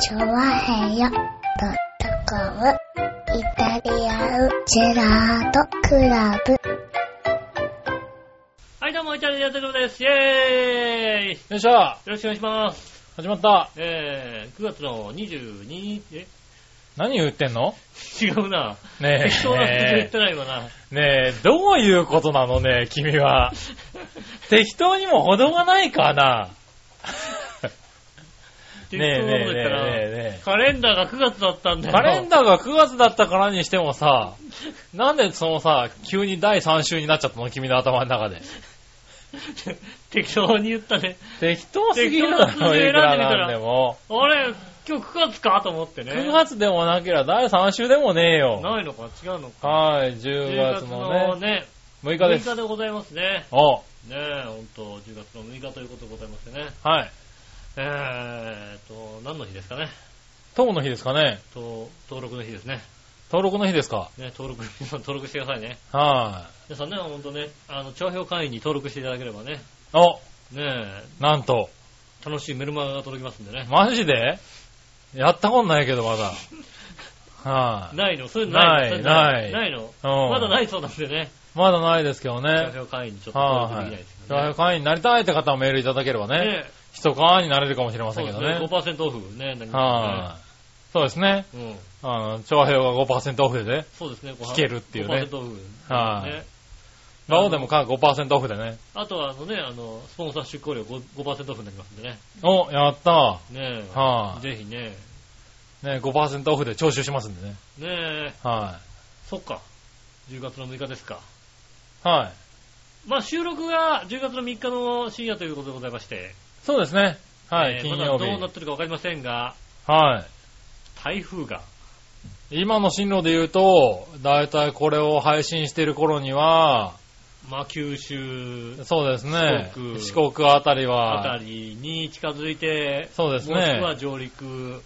チョワヘヨドットコムイタリアンジェラートクラブ。はい、どうも、イタリアンジェラートです。イェーイよよっしゃろしくお願いします。始まったえー、9月の22日、え何言ってんの違うな。ねえ適当なこと言ってないわな。ねえ、どういうことなのね、君 は。適当にも程がないかな。適ねえ当なねえこと言ねったら、えねカレンダーが9月だったんだえ。よ。カレンダーが9月だったからにしてもさ、なんでそのさ、急に第3週になっちゃったの君の頭の中で。ー 適当に言ったね。適当すぎるだ適当な数字ろ、い選んでみくたららなんでも。あれ、今日9月かと思ってね。 9月でもなければ第3週でもねえよ。ないのか違うのか。はい、10月のね、ね、 6日6で日す。でございますね。お、ねえ、ほんと、10月の6日ということでございましてね。はい。えーと、何の日ですかね。友の日ですかね。と、登録の日ですね。登録の日ですか。ね、登録、 皆さん登録してくださいね。は皆さんね、ほんとね、あの、長評会員に登録していただければね、い。お、ねなんと。え、楽しいメルマガが届きますんでね。マジでやったことないけど、まだ。はい、ないのそういうのないのないそれないのうんまだないそうなんでね。まだないですけど長ね。評会員にちょっと登録はできいないです。けどはいね。会員になりたいって方はメールいただければね。ねえ一会員になれるかもしれまそせうんでけすどね。ね。 5%オフね、なりまはい。そうですね。すね。うん。あの、長平が5%オフでね。そうですね、聞けるっていうね5%オフ。はいねラオでもか5%オフでね。あとは、あのね、あの、スポンサー出向料 5%, 5%オフになりますんでね。お、やった。ねえ。はいぜひね。ね、5%オフで徴収しますんでね。ねえ、はそっか。10月の6日ですか。い。はい。まあ収録が10月の3日の深夜ということでございまして。そうですね。はい、えー金まだ曜どうなっ日。てるかわかりませんが、はい。台風が。今の進路で言うと、だいたいこれを配信してる頃には、まあ、九州そうですね。四国四国あたりあたは、りに近づいて、そうですもしくはね。上陸、うん。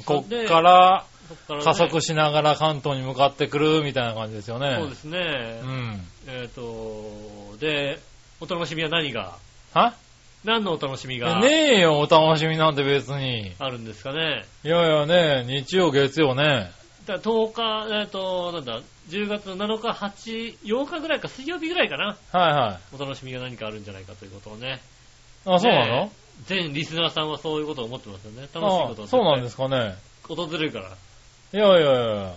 そこんでっからそこから、ね、加速しながら関東に向かってくるみたいな感じですよね。そうですね。うん。えっ、と、で、お楽しみは何がは何のお楽しみがねえよ、お楽しみなんて別に。あるんですかね。いやいやね、日曜、月曜ね。だから10日、えっ、と、なんだ、10月の7日、8、8日ぐらいか、水曜日ぐらいかな。はいはい。お楽しみが何かあるんじゃないかということをね。あ、そうなねの全リスナーさんはそういうことを思ってますよね。楽しいこと。あそうなんですすかね。訪れるから。いやいやいや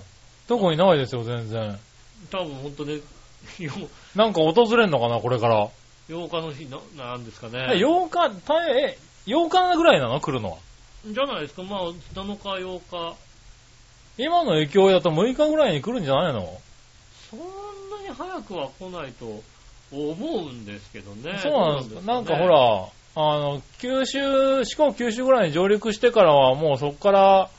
どこにないですよ、全然。多分本当ね、 よなんか訪れんのかな、これから。 8日の日な、なんですかね。 8日、たえ、8日ぐらいなの来るのは。じゃないですか、まあ、7日、8日、今の勢いだと6日ぐらいに来るんじゃないのそんなに早くは来ないと思うんですけどね。そうなんですか。なんかねほ、ら、あの、九州、四国九州ぐらいに上陸してからはもうそこから、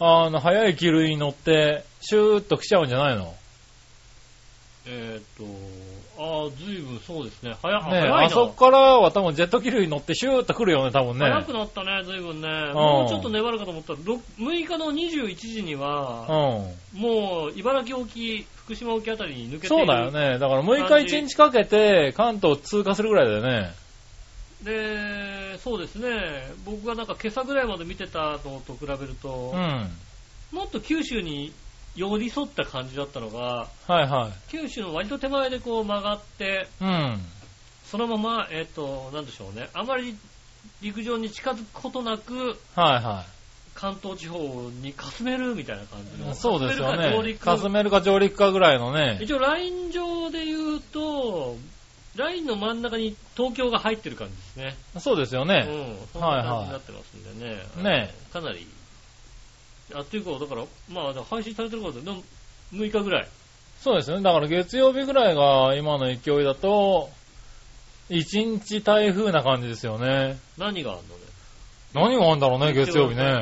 あの、早い気流に乗って、シューッと来ちゃうんじゃないのえっ、と、ああ、ずいぶんそうですね。早,、ね早いなあそこからは多分ジェット気流に乗ってシューッと来るよね、多分ね。早くなったね、ずいぶんね。もうちょっと粘るかと思ったら、ろ6日の21時には、うもう茨城沖、福島沖あたりに抜けてん。いそうだよね。だから6日1日かけて関東通過するぐらいだよね。で、そうですね、僕がなんか今朝ぐらいまで見てたのと比べるとう、ん。もっと九州に寄り添った感じだったのが、はいはい。九州の割と手前でこう曲がって、うん。そのまま、えっ、と、なんでしょうね、あまり陸上に近づくことなく、はいは関東地方にかすめるみたいな感じの。い。そうですよかすめるか上ね。陸かすめるか上陸かぐらいのね。一応、ライン上で言うと、ラインの真ん中に東京が入ってる感じですね。そうですようね。ん、そんな感じになってますんでね。ねかなり。あっていうか、だから、まあ、だから配信されてることで、でも6日ぐらい。そうですね。だから月曜日ぐらいが今の勢いだと、一日台風な感じですよね。何がある何があるんだろうね、月月曜曜日日ね。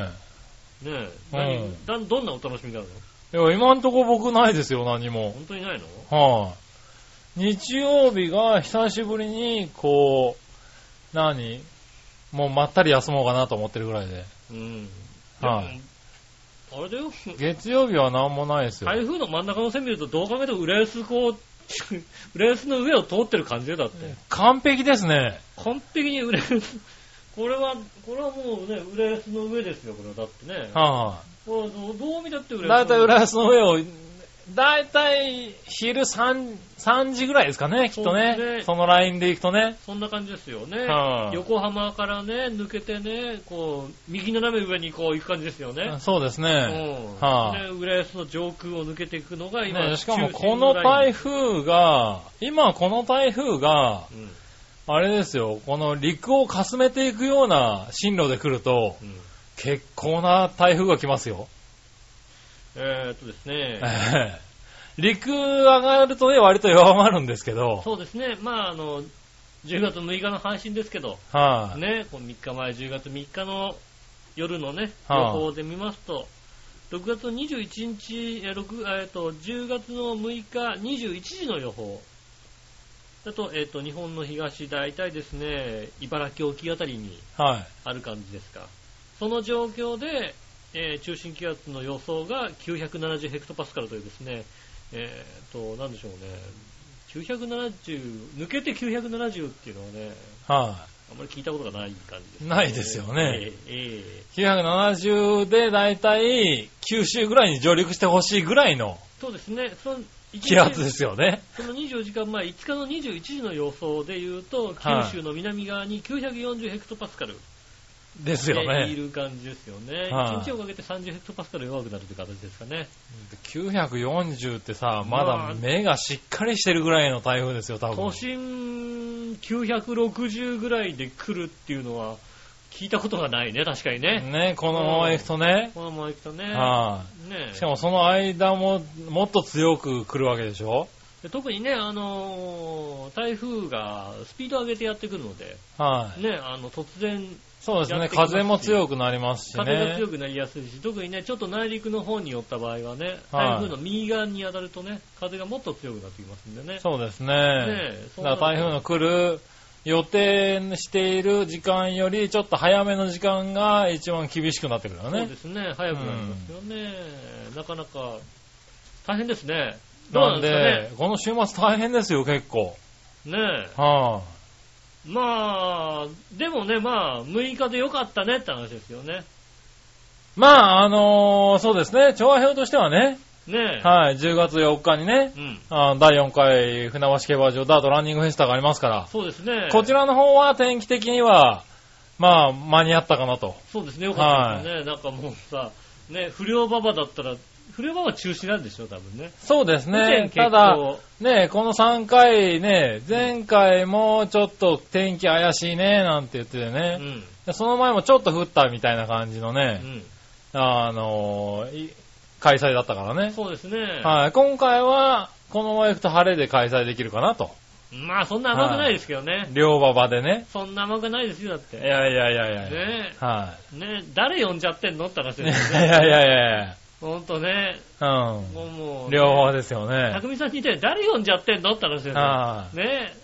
のね。ねえ、う何んだどんなお楽しみがあるのいや、今んとこ僕ないですよ、何も。本当にないのはい、日曜日が久しぶりに、こう、何もうまったり休もうかなと思ってるぐらいで。うん。はいでもあれだよ。月曜日は何もないですよ。台風の真ん中の線見ると、どう考えても浦安こ う、浦安の上を通ってる感じだよ、だって。完璧ですね。完璧に浦安、これは、これはもうね、浦安の上ですよ、これは。だってね。はこれどうどう見たってい、浦だ安いたい浦安の上を、だいたい昼3、3時ぐらいですかね、きっとね。そうそですねのラインで行くとね。そんな感じですよね。はい横浜からね、抜けてね、こう、右斜め上にこう行く感じですよね。そうですね。うんはいで浦安の上空を抜けていくのが今、ねしかも中こ心のライン台風が、今この台風が、うんあれですよ、この陸をかすめていくような進路で来ると、うん結構な台風が来ますよ。えーっとですね、ええ 陸上がるとね、割と弱まるんですけど、そうですね、まああの、10月6日の配信ですけど、はい、ね、こう3日前、10月3日の夜のね、予はい報で見ますと、6月の21日、えー6えーっと10月の6日21時の予報。だと、えーっと、日本の東、大体ですね、茨城沖あたりにはい。ある感じですか。その状況で、えー中心気圧の予想が970ヘクトパスカルというですね、えー、と、なんでしょうね、970、抜けて970っていうのはね、はあんまり聞いたことがない感じです、ないですよね。えーえい、970でだいたい九州ぐらいに上陸してほしいぐらいのーそうですね、その、一日気圧ですよね。その24時間前、5日の21時の予想で言うと、はい九州の南側に940ヘクトパスカルですよでいね。る感じですよね。はい1日をかけて30ヘクトパスカル弱くなるという形ですかね。 940ってさ、ままあだ目がしっかりしてるぐらいの台風ですよ、多都分。心960ぐらいで来るっていうのは聞いたことがないね、確かにね。ね、このまま行くとね。このまま行くとね。はねい。しかもその間も、もっと強く来るわけでしょで特にね、あのー台風がスピード上げてやってくるので、はい。ね、あの、突然そうですやっね。てきますし風も強くなりますしね。風が強くなりやすいし、特にね、ちょっと内陸の方に寄った場合はね、はい台風の右側に当たるとね、風がもっと強くなってきますんでね。そうですね。ねそだうなからると台風の来る予定している時間よりちょっと早めの時間が一番厳しくなってくるよそうねで。すね、早くなりますよね。なかなか、大変ですね。どうななんんですかねで、この週末大変ですよ、結構。ねえ。はまあ、でもね、まあ、6日でよかったねって話ですよね。い。まあ、あのーそうですね、調和表としてはね、ねえ。はい、10月4日にね、うん。あー第4回船橋競馬場ダートランニングフェスタがありますから、そうですね。こちらの方は天気的には、まあ、間に合ったかなと。そうですね、よかったですね。なんかもうさ、ね、不良馬場だったら、不良馬場中止なんでしょ、多分ね。そうですね、以前た結だ、構ねえ、この3回ね、前回もちょっと天気怪しいね、なんて言っててうね、ん。その前もちょっと降ったみたいな感じのうね、ん。あのい開催だったからね。そうですね。はい、今回は、このまま行くと晴れで開催できるかなと。まあ、そんな甘くないですけどね。両馬場でね。そんな甘くないですよ、だっいて。やいやいやいやいや。ねはえ。ねえ、誰呼んじゃってんのって話い。いでやすいよね。 やいやいほんとね。や。う。もうんもう、両方ですよね。匠さんにいて誰呼んじゃってんのって話ですよ。はいねえ。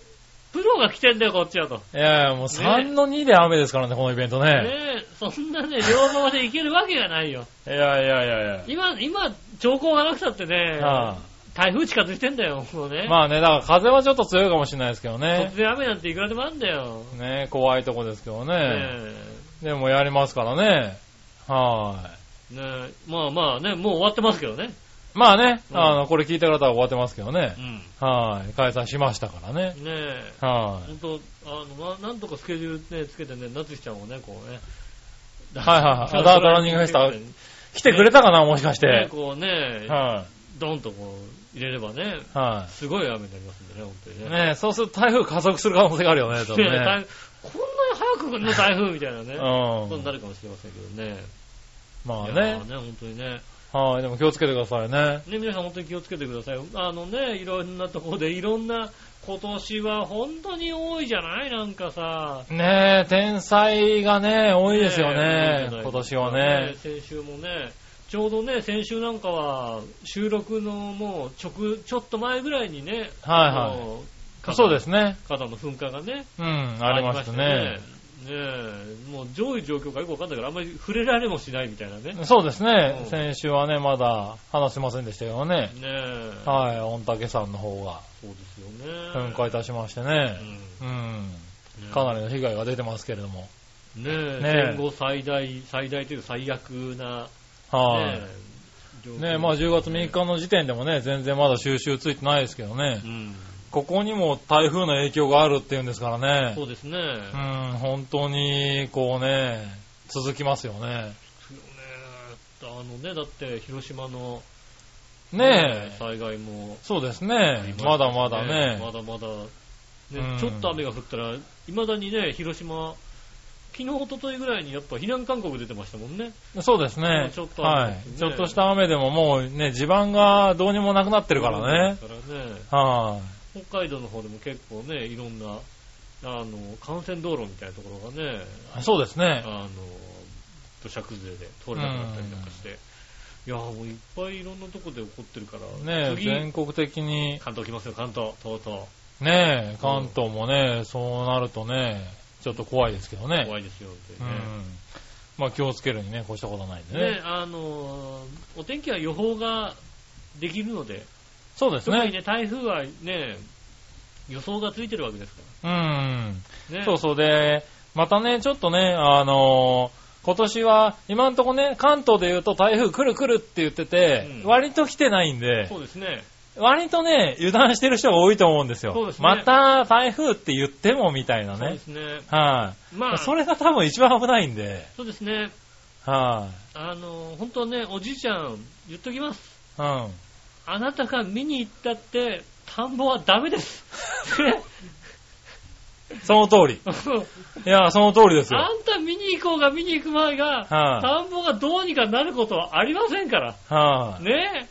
プロが来てんだよ、こっちはと。いやいや、もう3の2で雨ですからね、このイベントね。ねえ、そんなね、両側でいけるわけがないよ。いやいやいやいや。今、今、兆候がなくたってね、は台風近づいてんだよ、もうね。 まあね、だから風はちょっと強いかもしれないですけど突ね。然雨なんていくらでもあんだよ。ね怖いとこですけどね。ねでもやりますからね。はえ、ねえまあまあね、もう終わってますけどね。い。まあね、うんあの、これ聞いた方は終わってますけどねう。ん。ねはい。開催しましたからね。え、はほんと、あの、ななんとかスケジュールね、つけてね、夏希ちゃんをね、こうね。い。は いはいはい。ダートランニングフェスタね、来てくれたかな、もしかして。こうね、はドンとこう、入れればね、い。はすごい雨になりますんでね、本当にい。ね。ねそうすると台風加速する可能性があるよね、多分ね台ね。風こんなに早く来るの台風みたいなね。 ことうにんな。るかもしれませんけどね。まあいやねー。ね、本当にね。はい。でも気をつけてくださいね。ね、皆さん本当に気をつけてください。あのね、いろんなところでいろんな、今年は本当に多いじゃないなんかさ。ねえ、天才がね、多いですよ多いじゃねないですか。今年はね。先週もね、ちょうどね、先週なんかは、収録のもう直、ちょっと前ぐらいにね、はいはいもうそうですね。火山の噴火がね、うん、ありましたね。ありましたね。ねえ、もうどういう状況かよくわかんないから、あんまり触れられもしないみたいなね。ねそうですねう。ん先週はね、まだ話せませんでしたけどね。え。はい、御嶽山の方がそうですよね。噴火いたしましてうね。んうん。かなりの被害が出てますけれども。ねえ、ねえ戦後最大、最大という最悪な、はい。ねえねまあ10月3。状況日の時点でもね、全然まだ収集ついてないですけどねう。ん。ここにも台風の影響があるっていうんですからね。そうですね。うん、本当に、こうね、続きますよね。あのね、だって広島の、ねえ、災害もそうですありねし。たまだまだまね。だまだ、うねんちょっと雨が降ったら、いまだにね、広島、昨日、一昨日ぐらいにやっぱ避難勧告出てましたもんね。そうですもねうちょっ。と雨はですねい。ちょっとした雨でももうね、地盤がどうにもなくなってるからね。そうですからねは北海道の方でも結構ね、いろんな、あの、幹線道路みたいなところがね、い。そうですね。あの、土砂崩れで通れなくなったりなんかして、いや、もういっぱいいろんなとこで起こってるから、ね次、全国的に、関東来ますよ、関東、とうとね関東もね、そうなるとね、ちょっと怖いですけどう、ね。怖いですよ、ってうね。ん。まあ気をつけるにね、越したことはないんでねね。、あのーお天気は予報ができるので、そうです特にね。ね、台風はね、予想がついてるわけですかうん。ら。ね、そうそうで、またね、ちょっとね、あのー今年は、今んとこね、関東で言うと台風来る来るって言ってて、うん割と来てないんでそ、うですね。割とね、油断してる人が多いと思うんですよ。そうですねまた台風って言ってもみたいなそうでね。すね。はい、まあ、そそれが多分一番危ないんで、うですね。はあのー本当ね、おじいちゃん、言っときます。い、うん。あなたが見に行ったって、田んぼはダメです。ねその通り。いや、その通りですよ。あんた見に行こうが見に行く前が、はい田んぼがどうにかなることはありませんから。はい、ね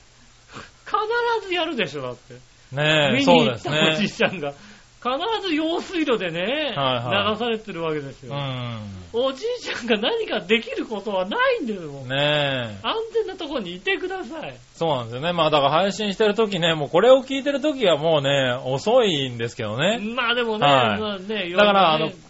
必ずやるでしょ、だって。ねえ、見そうに行でっすたおじいね。ちゃんが、必ず用水路でね、はいはい流されてるわけですうよ、ん。おじいちゃんが何かできることはないんですもん。ねえ。安全なところにいてください。そうなんですよね。まあだから配信してる時ね、もうこれを聞いてる時はもうね、遅いんですけどね。まあでもね、はいまあね、だからいろいろね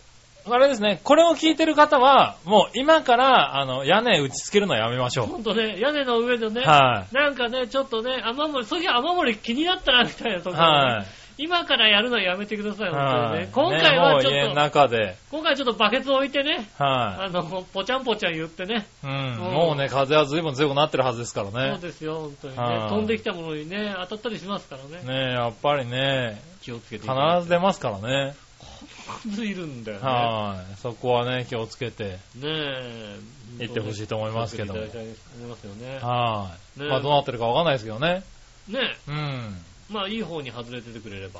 あれですね、これを聞いてる方は、もう今から、あの、屋根打ち付けるのはやめまし ょほんとね、屋根の上でう。ね、はい。なんかね、ちょっとね、雨漏り、そういう雨漏り気になったなみたいなところ、はい。今からやるのはやめてください、本当はにいね。今回はちねもう家ょのっと、中で。今回はちょっとバケツ置いてね、はあの、ぽちゃんぽちゃん言ってね、い。うん。んもうね、風は随分強くなってるはずですからそうね。ですよ、本当にはね。い飛んできたものにね、当たったりしますからね。ねえ、やっぱりね、気をつけてい必ただいず出ますからね。て。必ずいるんだよね。はい。そこはね、気をつけてねえ。行ってほしいと思いますけども気をつていただきたいと思いますよね。はい。ねえまあどうなってるかわかんないですけどね。ねうん。え。まあ、いい方に外れててくれれば。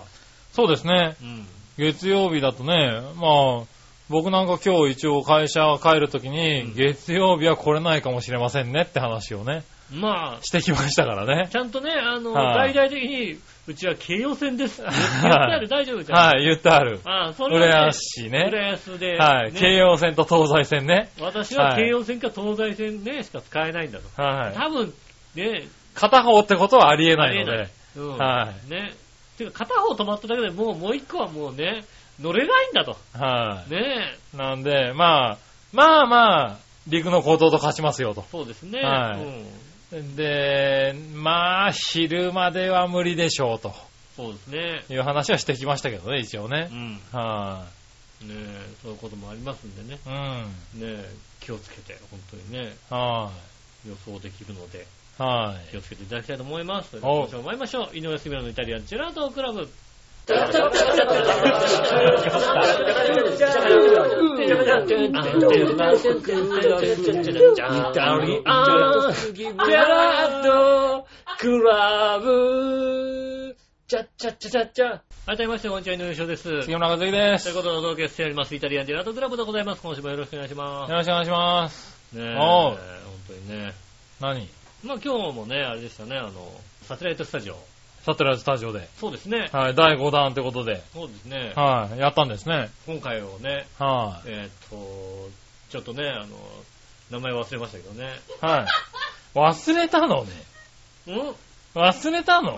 そうですね。うん。月曜日だとね、まあ、僕なんか今日一応会社帰るときに、うん月曜日は来れないかもしれませんねって話をね、ましてきましたからねあ、。ちゃんとね、あの、はい大々的に、うちは京葉線 ですって言ってある、大丈夫 じゃん。い。はい、言ってある。ああ、それ浦は、ね安、市ね。浦安で、はい、ね京葉線と東西線ね。私ははい京葉線か東西線ね、しか使えないんだと。はい。多分、ね、片方ってことはありえないのありえで。うん。はね。てか、片方止まっただけでもう、もう一個はもうね、乗れないんだと。はねえ。い。なんで、まあ、まあまあ、陸の高騰と勝ちますよと。そうですね。はいうん。で、まあ、昼までは無理でしょうとそうですね。いう話はしてきましたけどね、一応ねう。ん。ねはえ、そういうこともありますんでね。い。うん。ねえ、気をつけて、本当にね、は予想できるので、い。はい。気をつけていただきたいと思います。それでおはう今週も参りましょう。井上杉村のイタリアンジェラートクラブ。改めまして、こんにちは、井上翔です。と杉いう村和之です。よことで、お届けしております、イタリアンジェラートクラブでございます。今週もよろしくお願いします。ろしくお願いします。ねえ、おう本当にね。何まあ今日もね、あれでしたね、あの、サテライトスタジオ。サテライトスタジオで。そうですね。はい、第5弾ってことで。そうですね。はい、やったんですね。今回をね、はえーっと、ちょっとね、あの、名前忘れましたけどね。い。はい。忘れたのね。ん忘れ忘れたのた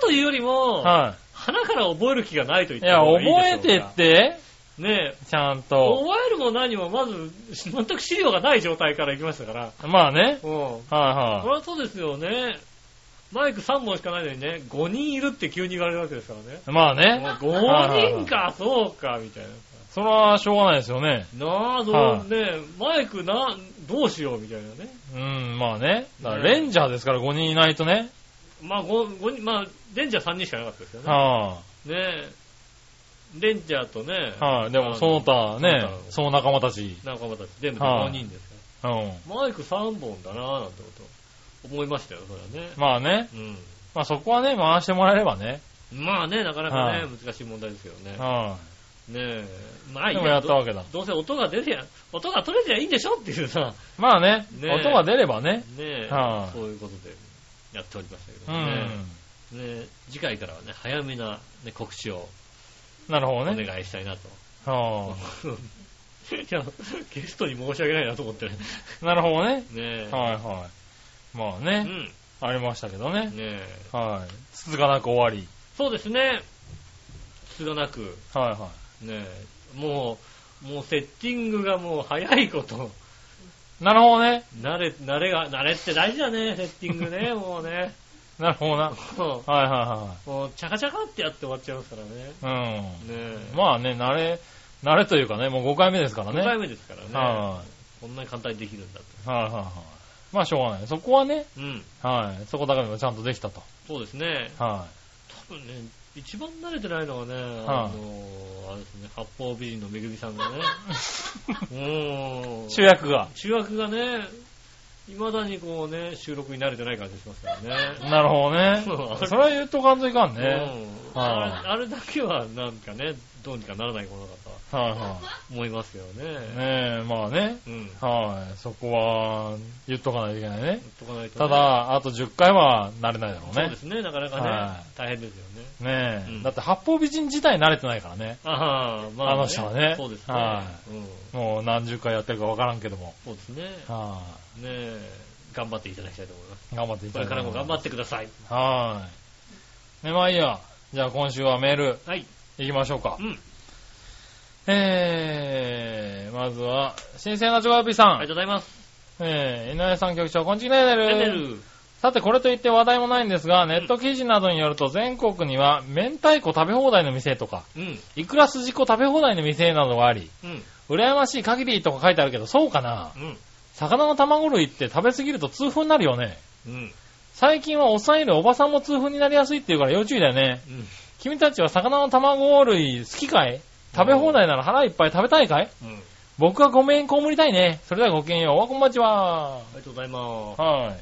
というよりも、は鼻から覚える気がないと言っい。いてもや、いいでしょうか覚えてって、ねえちゃん覚と。えるも何もまず、全く資料がない状態から行きましたから。まあうね。ん。そりはゃそうですよね。マイク3本しかないのにね、5人いるって急に言われるわけですからね。いはい。まあね。 5人か、そうか、みたいな。それはしょうがないですよね。なあ、そはういね、マイクな、どうしようみたいなね。うん、まあね。だからねレンジャーですから5人いないとね。まあ、ごごにまあ、レンジャー3人しかなかったですよね。はねえ。レンジャーとね、い、はい、でもその他ねあの、その仲間たち。仲間たち全部ではい5人ですかうん。ら。マイク3本だなぁなんてこと思いましたよ、それはね。まあね。まあそこはね、回してもらえればね。うん。まあね、なかなかはねい、難しい問題ですよね。はねえ。まあい。いいでもややったわけだ。どうせ音が出りゃ、音が取れりゃいいんでしょっていうさ、まあね、ね音が出ればね。ねえ、はいそういうことでやっておりましたけうどもね。ん。ねえ次回からはね、早めな、ね、告知をなるほおど願ね。いしたいなと。は いや、ゲストに申し訳ないなと思ってね。い。なるほどね。ねえ。はいはい。まあうね、ん。ねありましたけどね。え。はい。続かなく終わり。そうですね。つがなく、はいはねえ、もう、もうセッティングがもう早いこと。い。なるほどね。慣れ、慣れが、慣れって大事だね、セッティング ね、もうね。なるほどな。はいもはう、もうチャカチャカってやって終わっちゃいますからね。ねいはい。うん。え。まあね、慣れ、慣れというかね、もう5回目ですからね。 5はい、回目ですからね。こんなに簡単にできるんだと。はいはいはい。まあしょうがない。そこはね、うん。はい。そこだけでもちゃんとできたと。そうですね。は多分ね、一番慣れてないのはね、はあの、あれですね、八方美人のめぐみさんが ね。うーん。い。主役が。主役がね、未だにこうね、収録に慣れてない感じしますからね。なるほどそうね。それは言うとかんといかんね。うんあれは。いあれだけはなんかね、どうにかならないものだとははいは思いますよい。ね。ねえ、まあね。うん。はい。そこは、言っとかないといけないねほ。っとかないとたね、だ、あと10回は慣れないだろうそうねで。すね、なかなかはね、大変ですよね。ねうんえ。だって八方美人自体慣れてないからね。ああ、まあ、あの人はねそうですね。はうん。もう何十回やってるかわからんけども。そうですね。ねはえ、頑張っていただきたいと思います。い。頑張っていこただれきかたらいとも思い頑ます張ってください。はい。ね、まあいいや。じゃあ今週はメールはい。行きましょうかう。ん。えー、まずは、新鮮なチョコヨッピーさん。ありがとうございます。えー、井上さん局長、こんちきねえねエるネル。さて、これといって話題もないんですが、ネット記事などによると、全国には、明太子食べ放題の店とか、うん。いくらすじこ食べ放題の店などがあり、うん。羨ましい限りとか書いてあるけど、そうかなうん。魚の卵類って食べ過ぎると痛風になるよね。うん。最近はおっさんよりおばさんも痛風になりやすいっていうから要注意だよね。うん。君たちは魚の卵類好きかい食べ放題なら腹いっぱい食べたいかいうん。あ僕はごめんこむりたいね。それではごきげんよう。おわこんばんちは。りがとうございます。は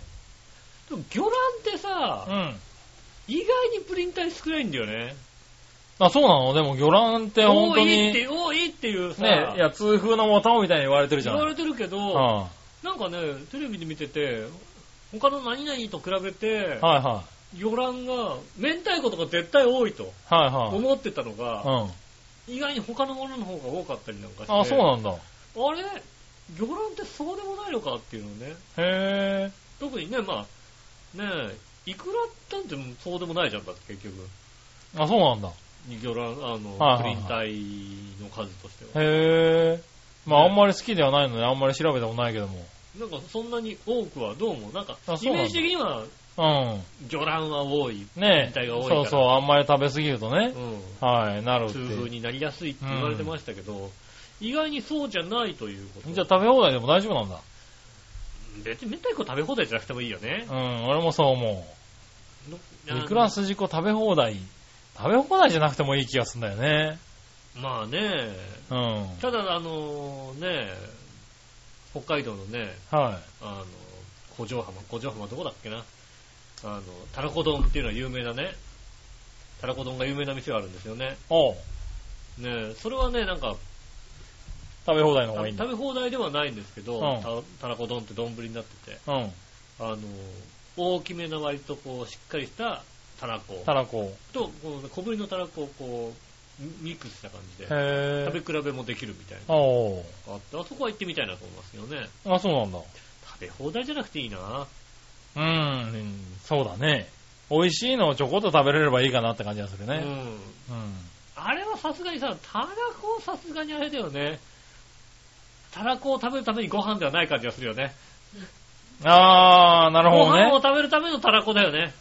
でも魚卵ってさい。う、ん。意外にプリン体少ないんだよね。あ、そうなのでも魚卵って本多当いに、って、ね、多いっていうさ、いや、痛風のもとみたいに言われてるじゃ言ん。わうん。れてるけど、はなんかね、テレビで見てて、他の何々と比べてい、は魚卵が、明太子とか絶対多いとい。はいはい。思ってたのが、うん。意外に他のものの方が多かったりなんかして、あ、そうなんだ。あれ魚卵ってそうでもないのかっていうのね。へ特にね、まあ、ねえ、いくらなんてもうそうでもないじゃんだって結局。ぇー。あ、そうなんだ。魚卵、あの、はいプはいリンは体の数としては。へぇー。まあ、ねあんまり好きではないので、あんまり調べてもないけども。なんかそんなに多くはどうも、なんかあ、イそうなメんだージ的にはう魚卵は多い。ん。ね全え体が多い。からそうそう、あんまり食べ過ぎるとねう。ん。はい、なるっ痛ていう風になりやすいって言われてましたけど、意外にそうじゃないということ。じゃあ食べ放題でも大丈夫なんだ。別に明太子食べ放題じゃなくてもいいよねう。ん、俺もそう思う。あのいくら筋子食べ放題、食べ放題じゃなくてもいい気がすんだよね。まあね、うん。ただあのね、北海道のね、はあの、古城浜、古城浜どこだっけな。あの、たらこ丼っていうのは有名だね。たらこ丼が有名な店があるんですよね。い。おうねそれはね、なんか、食べ放題の食方がべいいんだ。食べ放題ではないんですけど、うんたたらこ丼って丼になってて、うん。あの、大きめな割とこう、しっかりしたたらこたらこ。と、この小ぶりのたらこをこう、ミミックスした感じで、へぇー。食べ比べもできるみたいなおうのがあって、あそこは行ってみたいなと思いますけどね。あ、そうなんだ。食べ放題じゃなくていいなうん、そうだね。美味しいのをちょこっと食べれればいいかなって感じがするうね。ん。うん。あれはさすがにさ、たらこはさすがにあれだよね。たらこを食べるためにご飯ではない感じがするよね。あー、なるごほど飯をね。食べるためのたらこだよね。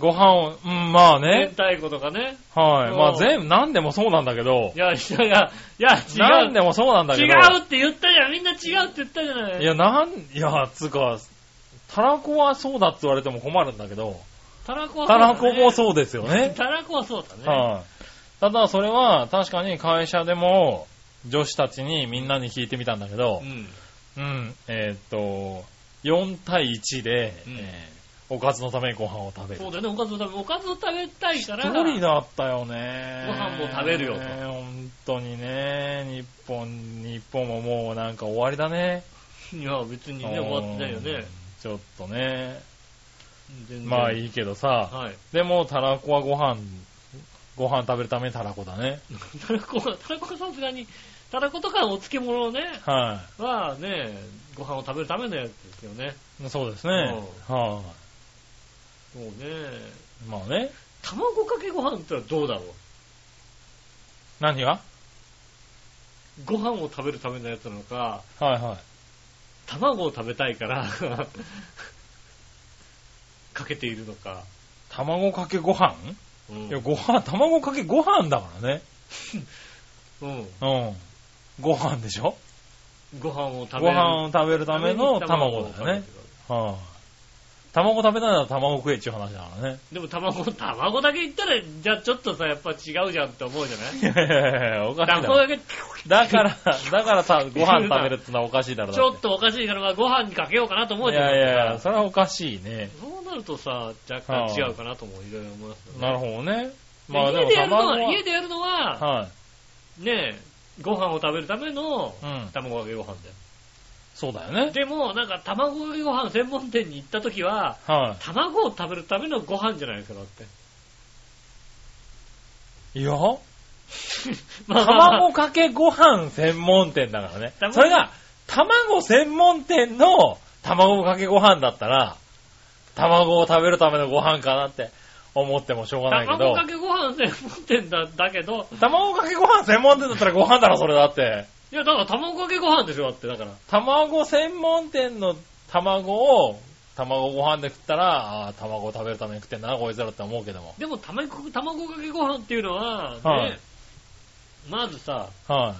ご飯を、うん、まあ明ね。太子とかね。はい。そうまあ全部、何でもそうなんだけどい、や、いや、いや、いや違何う。でもそうなんだけ違ど、うって言ったじゃん。みんな違うって言ったじゃない。いや、なん、いや、つうか、たらこはそうだって言われても困るんだけど、たらこはたらこもうそうですよだね。ね。たらこはそうだね。はい。ただそれは確かに会社でも女子たちにみんなに聞いてみたんだけどう、ん。うん、えーっと、4対1で、うんえーおかずのためにご飯を食べるそう。だよね、おかずを食べ、おかずを食べたいから。一人だったよね。ご飯も食べるよとね本当にね、日本、日本ももうなんか終わりだね。いや、別にね、終わってないようんね。。ちょっとね。全然まあいいけどさ、はい。でもたらこはご飯、ご飯食べるためにたらこだね。たらこは、たらこはさすがに、たらことかお漬物をね、ははね、ご飯を食べるためのやつですよね。い。そうですね。はい。そうね。まあね。卵かけご飯ってのはどうだろう何がご飯を食べるためのやつなのか、はいは卵を食べたいから、 かけているのか。い。卵かけご飯うんいや、ご飯、卵かけご飯だからね。うんうん。ご飯でしょご飯を食べるご飯を食べるための卵だよね。。はい、卵食べたいなら卵食えっちゅう話だからね。でも卵、卵だけ言ったら、じゃあちょっとさ、やっぱ違うじゃんって思うじゃないいやいやいや、おかしいだ卵だろ。け、だから、だからさ、ご飯食べるってのはおかしいだろ。ちょっとおかしいから、まあ、ご飯にかけようかなと思とういじゃなやいいですか。やいや、それはおかしいね。そうなるとさ、若干違うかなともいろいろ思いますよね。なるほどね。でまあで家もでやるの卵は、は。家でやるのは、はい。ねえ、ご飯を食べるためのうん。卵かけご飯だよ。そうだよね。でも、なんか卵かけご飯専門店に行った時は、は卵を食べるためのご飯じゃないですか、だって。い。い や、まあまあまあ 卵かけご飯専門店だからね卵。それが、卵専門店の卵かけご飯だったら、卵を食べるためのご飯かなって思ってもしょうがないけ卵どか、けご飯専門店だだけど、卵かけご飯専門店だったらご飯だろ、それだって。いや、だから卵かけご飯でしょ、だって、だから。卵専門店の卵を、卵ご飯で食ったら、あー卵を食べるために食ってんだな、こいつらって思うけども。でも卵、卵かけご飯っていうのは、ね、はいまずさ、は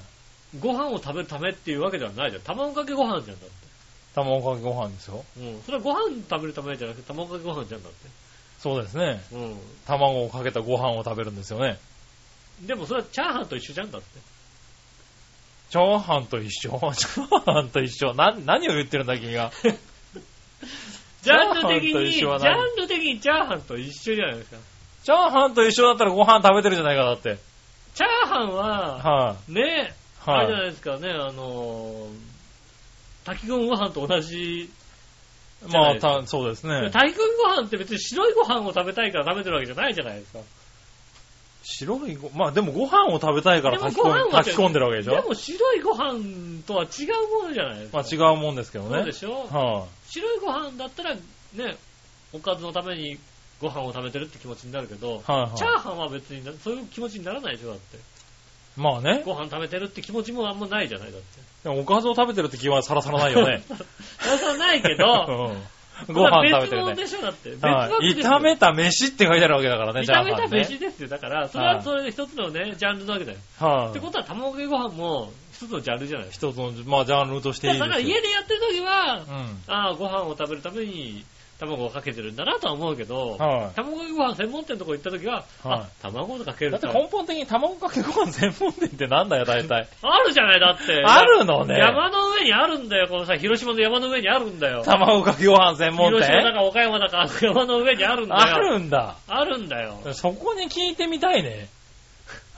い。ご飯を食べるためっていうわけではないじゃん。卵かけご飯じゃんだって。卵かけご飯ですよ。うん。それはご飯食べるためじゃなくて卵かけご飯じゃんだっそうですね。て。うん。卵をかけたご飯を食べるんですよね。でもそれはチャーハンと一緒じゃんだって。チャーハンと一緒 チャーハンと一緒な、何を言ってるんだ、君が。ジャンル的に、ジチャーハンと一緒はャないンル的にチャーハンと一緒じゃないですか。チャーハンと一緒だったらご飯食べてるじゃないか、だって。チャーハンは、はね、い、あれじゃは、ないいですかね、あのー、炊き込みご飯と同じ、じゃないまあですかた、そうですね。炊き込みご飯って別に白いご飯を食べたいから食べてるわけじゃないじゃないですか。白いご、まあでもご飯を食べたいからでも炊き込ご飯んは炊き込んでるわけでしでょも白いご飯とは違うものじゃないですか。まあ違うもんですけどね。そうでしょ、はい、白いご飯だったら、ね、おかずのためにご飯を食べてるって気持ちになるけど、はい、はい、チャーハンは別になそういう気持ちにならないでしょだって。まあね。ご飯食べてるって気持ちもあんまないじゃない だって。でもおかずを食べてるって気はさらさらないよね。それは ないけど、うんご飯食べ別て物るね。でしょだって。別は枠いですよ炒めた飯って書いてあるわけだからね、チャー炒めハたンね。飯ですよ。だから、それはそれで一つのね、ジャンルなわけだよ。はい、ってことは、卵かけご飯も一つのジャンルじゃないですか。一つの、まあジャンルとしていいですだよ。から家でやってる時は、うん。ああ、ご飯を食べるために卵をかけてるんだなとは思うけど、はい卵かけご飯専門店のとこ行った時は、はいあ、卵をかけだるってた根本的に卵かけご飯専門店ってなんだよ、大 体。あるじゃない、だって。あるのね。山の上にあるんだよ、このさ、広島の山の上にあるんだよ。卵かけご飯専門広島だ店か岡山だか、あの山の上にあるんだよ。あるんだ。あるんだよ。そこに聞いてみたいね。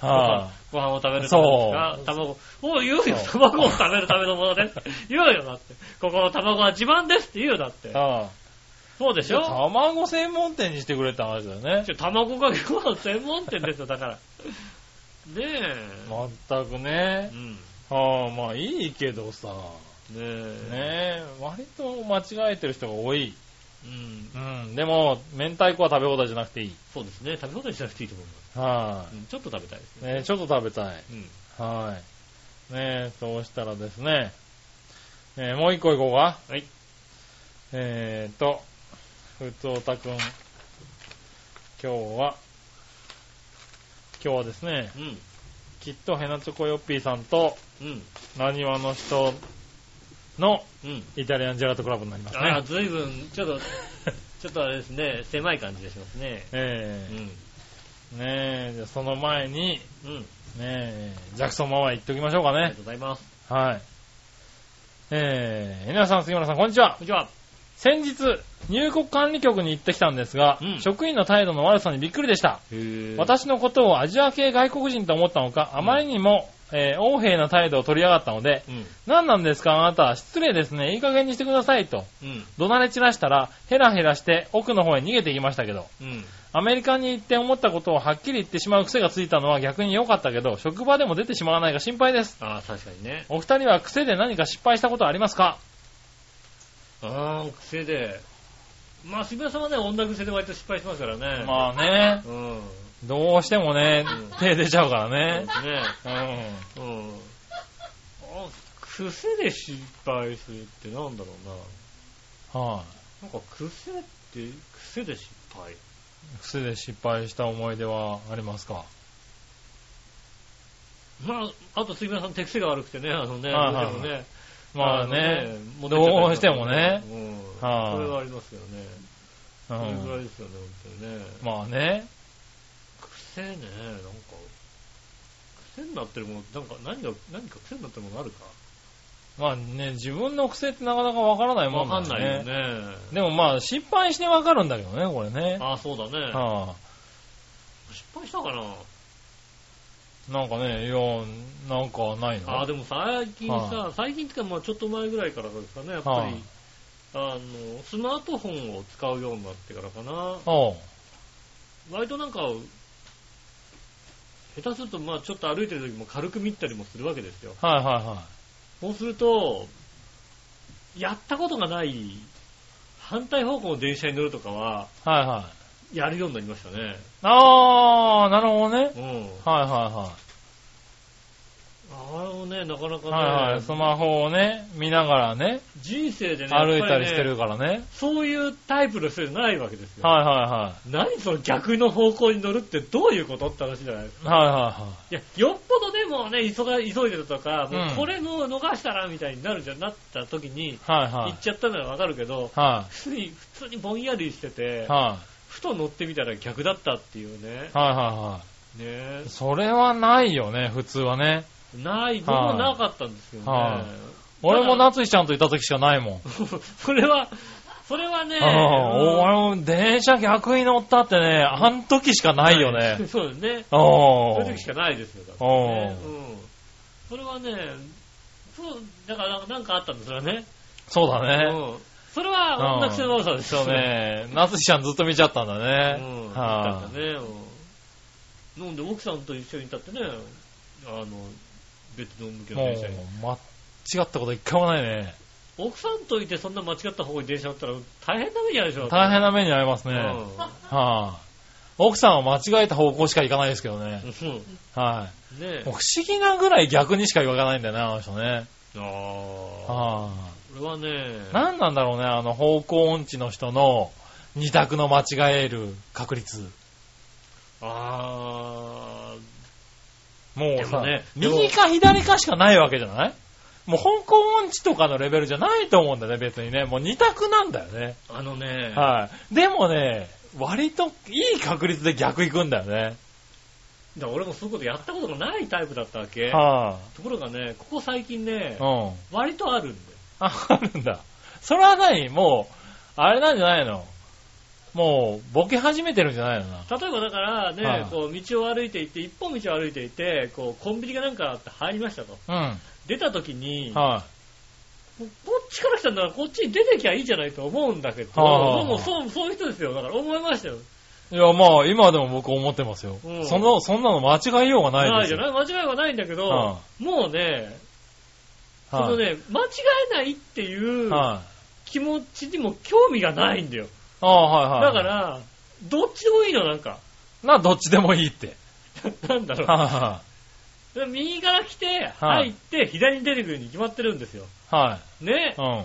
はご飯を食べるためですかそう卵。もう言うよ、そ卵を食べるためのものです。言うよ、だって。ここの卵は自慢ですって言うよ、だってい。。はそうでいしょ卵専門店にしてくれって話だよねち。ょ卵かけご飯専門店ですよ、だ から。ねえ。まったくねう。ん。ねはあ、まあいいけどさ。え。ねえ、割と間違えてる人が多い。うんう。ん。でも、明太子は食べ放題じゃなくていい。そうですね。食べ放題しなくていいと思います。はうんちょっと食べたいですい、ね。ねえちょっと食べたい。うん。はい。ねえ、そうしたらですね、えーもう一個いこうか。はい。えーと、ふつおたくん。今日は、今日はですね、うん。きっとヘナチョコヨッピーさんと、うん。なにわの人のうん。イタリアンジェラートクラブになりますああ、ね。ずいぶん、ちょっ と、ちょっとあれですね、狭い感じがしますね。えうん。えねえ、じゃあその前に、うん。ねえ、ジャクソンママ行っておきましょうかありがねと。うございます。はい。えー、皆さん、杉村さん、こんにちはこん。にちは。先日、入国管理局に行ってきたんですが、うん職員の態度の悪さにびっくりでした。へ私のことをアジア系外国人と思ったのか、あまりにも、えー、横兵な態度を取りやがったので、うん。何なんですかあなた、失礼ですね。いい加減にしてくださいと。うん。怒鳴り散らしたら、ヘラヘラして奥の方へ逃げていきましたけど、うん。アメリカに行って思ったことをはっきり言ってしまう癖がついたのは逆に良かったけど、職場でも出てしまわないか心配です。ああ、確かにね。お二人は癖で何か失敗したことはありますかああ、癖で。まあ、杉村さんはね、女癖で割と失敗しますからね。まあね、うん。うん。どうしてもねうん、手出ちゃうからそうで。ねすね。うん。うん。あ癖で失敗するってなんだろうな。はい、なんか癖って、癖で失敗。癖で失敗した思い出はありますかまあ、あと杉村さん手癖が悪くてね、あのね、はいはいどうしてもね。まあのね、、持ってっちゃったりとかどうしてもね。うん。はいそれはありますよね。うそれぐらん、いですよね、本当にね。まあね、癖ね、なんか、癖になってるもの、なんか何が、何か癖になってるものあるかまあね、自分の癖ってなかなかわからないもわんかだんね。ないよね。でもまあ、失敗してわかるんだけどね、これね。ああ、そうだね。は失敗したかな。いなんかね、いや、なんかないのああ、でも最近はさ、最近っていうか、まあちょっと前ぐらいからですかね、やっぱり、あの、スマートフォンを使うようになってからかな。おう割となんか、下手すると、まあちょっと歩いてる時も軽く見たりもするわけですよ。はいはいはそうすると、やったことがない、反対方向の電車に乗るとかは、い。はいはい。やるようになりましたね。あー、なるほどね。うん。はいはいはあれもね、なかなかね、い。はいはい。スマホをね、見ながらね、人生でね、歩いやたっぱねりしてるからね。そういうタイプの人じゃないわけですよ。はいは何その逆の方向に乗るってどういうことって話じゃないですか。いはい。はいはいはいや、よっぽどでもうね、急が急いでるとか、もううんこれの逃したらみたいになるじゃんなった時に、い。はいは行っちゃったのはわかるけど、い。は普通に、普通にぼんやりしててい。、はふと乗ってみたら逆だったっていうねい。。はいはいはねえい。それはないよね、普通はね。ない、僕もなかったんですよね。はい俺もな夏井ちゃんといた時しかないもん。 それは、それはね、ああ、俺も電車逆に乗ったってね、あん時しかないよね。。 そうですね。あそうあいう時しかないですよ、だってね。うん。それはね、そう、だからなんかあったんですよね。そうだね。うん。それは音楽性の悪さですそう。ね、夏井ちゃんずっと見ちゃったんだうね。ん。あっはたんだね。うん飲んで奥さんと一緒に立ってね、あの、別の向けい。のもう電車に。、間違ったこと一回もないね。奥さんといてそんな間違った方向に電車乗ったら大変な目に遭うでしょ。大変な目に遭いますね。はい、奥さんは間違えた方向しか行かないですけどね。うん。うんはい、ねえもう。不思議なぐらい逆にしか行かないんだよね、あの人ね。ああ。はこれはねい、、何なんだろうね、あの方向音痴の人の二択の間違える確率。あもうでもさ、ね右か左かしかないわけじゃないもう香港音痴とかのレベルじゃないと思うんだよね、別にね。もう二択なんだよね。ー、あのね、はい。でもね、割といい確率で逆行くんだよね。だから俺もそういうことやったことがないタイプだったわけ。はところがね、ここ最近ねい、、うん。割とあるんだよ。あ、あるんだ。それは何もう、あれなんじゃないのもう、ボケ始めてるんじゃないのな。例えばだからね、はいこう道を歩いていて、一本道を歩いていて、こうコンビニがなんかあって入りましたと。う出た時に、ん。こはこっちから来たんならこっちに出てきゃいいじゃないと思うんだけど、はあもうそうそういう人ですよ。だから思いましたよ。い。いや、まあ、今でも僕思ってますよ。うんその、そんなの間違いようがないないでじすゃよ。ない間違いはないんだけど、はもうね、そはいのね、間違えないっていうはい。気持ちにも興味がないんだよ。ああ、はいはだい。から、どっちでもいいの、なんか。 な、どっちでもいいって。なんだろう。は右から来て、は入いって、左に出てくるに決まってるんですよ。いはい。ね。は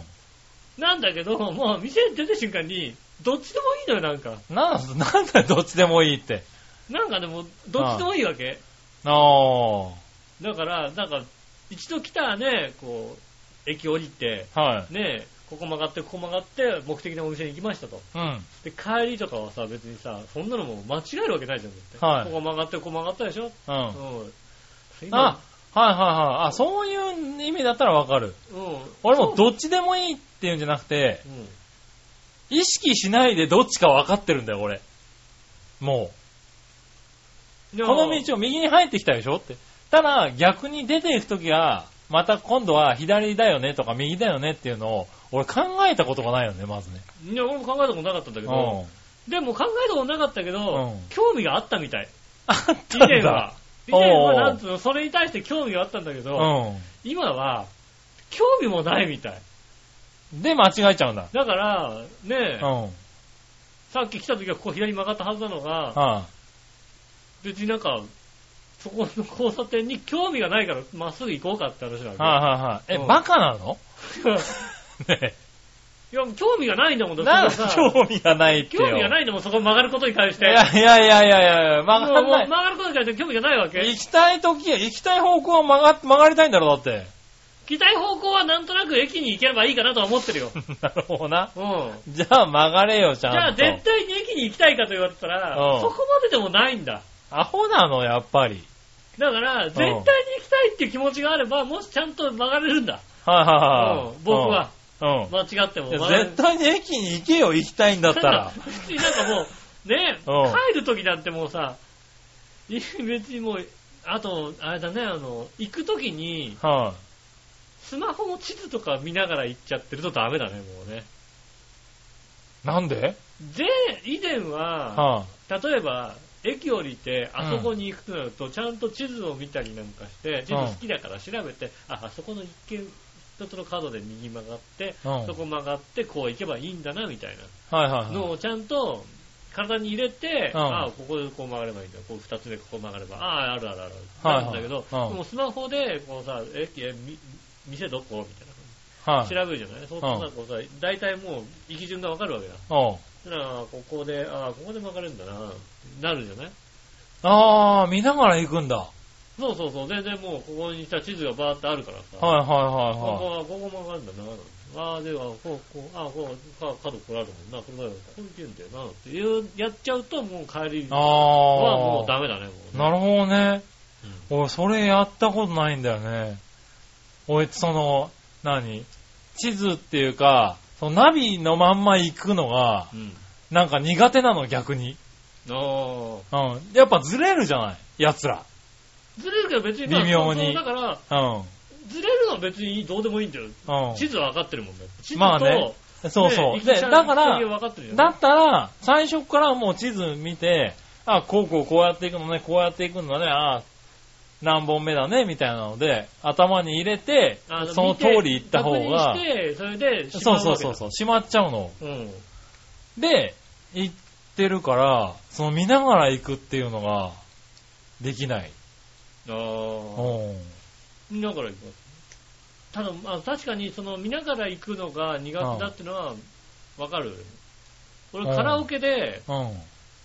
い。なんだけど、もう店出た瞬間に、どっちでもいいのよ、なんか。なんだ、なんだよ、どっちでもいいって。なんかでも、どっちでもいいわけ。ああ。だから、なんか、一度来たらね、こう、駅降りて、はい。ね、ここ曲がって、ここ曲がって、目的のお店に行きましたと。うん。で、帰りとかはさ、別にさ、そんなのもう間違えるわけないじゃん、絶対。はいここ曲がって、ここ曲がったでしょうん。うはいん。あはいはい。あ、そういう意味だったらわかる。うん。俺もどっちでもいいっていうんじゃなくて、うん。意識しないでどっちか分かってるんだよ、俺。もでう。もこの道を右に入ってきたでしょって。ただ、逆に出ていくときは、また今度は左だよねとか右だよねっていうのを、俺考えたことがないよね、まずね。いや、俺も考えたことなかったんだけど、 うん。でも考えたことなかったけど、うん興味があったみたい。あっ以たん前だは。。以前は、なんつうの、それに対して興味があったんだけど、う今は、興味もないみたい。ん。で、間違えちゃうんだ。だから、ねえ、うん。はい、さっき来た時はここ左に曲がったはずなのが、別になんか、そこの交差点に興味がないから、まっすぐ行こうかって話なんはいだはいはい。うえ、んバカなのけど。 ね いや、興味がないんだもん、だって なんさだ興味がないって興よ。味がないんだもん、そこ曲がることに対しいて。やいやいやいや いや、も曲うがんもなう曲い。がることに対して興味がないわけ行きたい時や、行きたい方向は曲がっ、曲がりたいんだろ、だって。 行きたい方向はなんとなく駅に行けばいいかなとは思ってるよ。うん。なるほどな。じゃじゃあ曲がれよ、ちゃんと。あ絶対に駅に行きたいかと言われたら、うんそこまででもないんだ。アホなの、やっぱり。だから、絶対に行きたいっていう気持ちがあれば、もしちゃんと曲がれるんだ。はいうはいはい。ん。僕は。うん。うん。間違っても。いや曲がれる絶対に駅に行けよ、行きたいんだった ら。普通になんかもう、ね、うん帰る時だってもうさ、い別にもう、あと、あれだね、あの、行く時に、はい、スマホの地図とか見ながら行っちゃってるとダメだね、もうね。なんでで、以前は、は例えば、駅降りて、あそこに行くとなると、ちゃんと地図を見たりなんかして、地図好きだから調べて、あ、あそこの一軒、一つの角で右曲がって、うんそこ曲がって、こう行けばいいんだな、みたいい、はいはないのはをちゃんと体に入れて、うんあここでこう曲がればいいんだ、こう二つでここ曲がれば、ああ、あるあるあるはいあはいる。なんだけど、うんでもスマホで、こうさ、駅、えみ店どこみたいな。い。はい。調べるじゃないそうするとなんかこうさ、大体もう行き順がわかるわけだ。うんだから、ここで、ああ、ここで曲がれるんだな、なるじゃないああ、見ながら行くんだ。はいそうそうそう、全然もうここにさ、地図がバーってあるからさ、はいここはは、ここ曲がるんだな、なんてああ、では、こう、こう、ああ、こう、か角これあるもんな、これだよ、ここ行けんだよな、っていう、やっちゃうともう帰りいはい。あはもうあダメだね、もうー、ね。なるほどね。俺、それやったことないんだよね。俺、その、何地図っていうか、そのナビのまんま行くのが、うん。なんか苦手なの、逆に。あうん。やっぱずれるじゃない奴ら。あ。ずれるけど別に、まあ微妙にそうそうだから、うん。ずれるのは別にどうでもいいんだよ。うん。地図は分かってるもんね。地図と、まあねそうそう。ねで、行だか、き先ら、は分かってるじゃんだったら、最初からもう地図見て、あ、こうこうこうやっていくのね、こうやっていくんだね、あ、何本目だね、みたいなので、頭に入れてあ、その見て通り行った方が確認、して、それで、そうそうそうそう、閉まっちゃうの。う。うん。で、行ってるから、その見ながら行くっていうのが、できない。うああ。ん。見ながら行きます。ただ、まあ、確かに、その、見ながら行くのが苦手だってのは、わかる。俺、うんカラオケで、うん。はい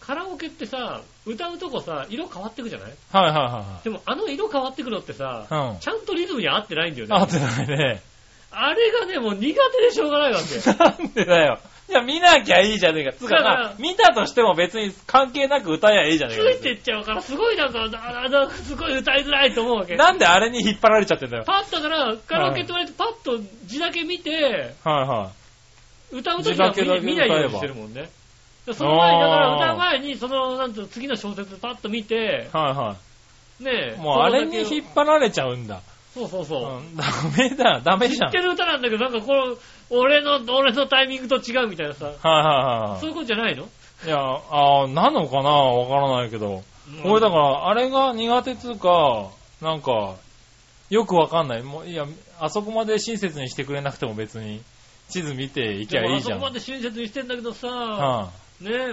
カラオケってさ、歌うとこさ、色変わってくじゃないはいはでも、あの色変わってくのっていさ、はい。 うん。ちゃんとリズムに合ってないんだよね。合ってないね。あれがね、もう苦手でしょうが ないわけ。なんでだよ。じゃあ見なきゃいいじゃねえか。つうかだかなら、見たとしても別に関係なく歌えばいいじゃつねえいかてっちゃうから、すごいなんか、だだだすごい歌いづらいと思うわけ。別に。なんであれに引っ張られちゃってんだよ。パッとだから、カラオケって言われて、パッと字だけ見て、はいは歌うときは字だけだけ見見ないようにしてるもんね。その前に、あだーから歌う前に、その、なんていうの次の小説パッと見てい。、はいはねえい。もうあれに引ひっ張られちゃうんだ。そうそううそん、ダメだ、ダメう。じ知ゃん。ってる歌なんだけど、なんかこの、俺の、俺のタイミングと違うみたいなさ、はいはいはいそういうことじゃないの、はい。いや、あーなのかなわからないけど。俺だからら、あれが苦手つうか、なんか、よくわかんない。もう、いや、あそこまで親切にしてくれなくても別に、地図見ていきでゃもいいあそじゃこん。まで親切にしてんだけどさ、はねえ、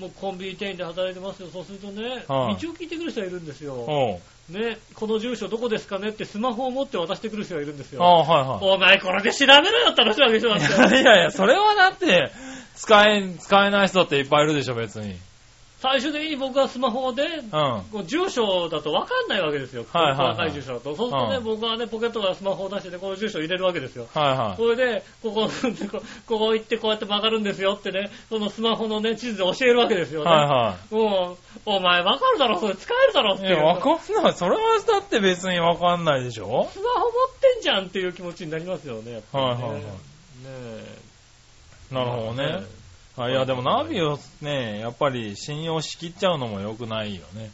もうコンビニ店員で働いてますよ。そうするとね、はい道を聞いてくる人がいるんですよ。おうね、この住所どこですかねってスマホを持って渡してくる人がいるんですあよ。あ、はいお前これで調べろよって話なわけでしょ、だっはて。 い。いやいや、それはだって、使え、使えない人っていっぱいいるでしょ、別に。最終的に僕はスマホで、うん。はこう住所だと分かんないわけですよ。はいはいはい細かい住所だと。そうするとね、うん僕はね、ポケットからスマホを出してね、この住所を入れるわけですよ。いはい。これで、こ こ、こここ行ってこうやって曲がるんですよってね、そのスマホのね、地図で教えるわけですよね。はもう、お前分かるだろ、それ使えるだろっいてはい。い。いうや、わかんない。それはだって別にわかんないでしょスマホ持ってんじゃんっていう気持ちになりますよね、やっぱりね。はいはいはいねえなるほどね。はい、いや、でもナビをね、やっぱり信用しきっちゃうのも良くないよね。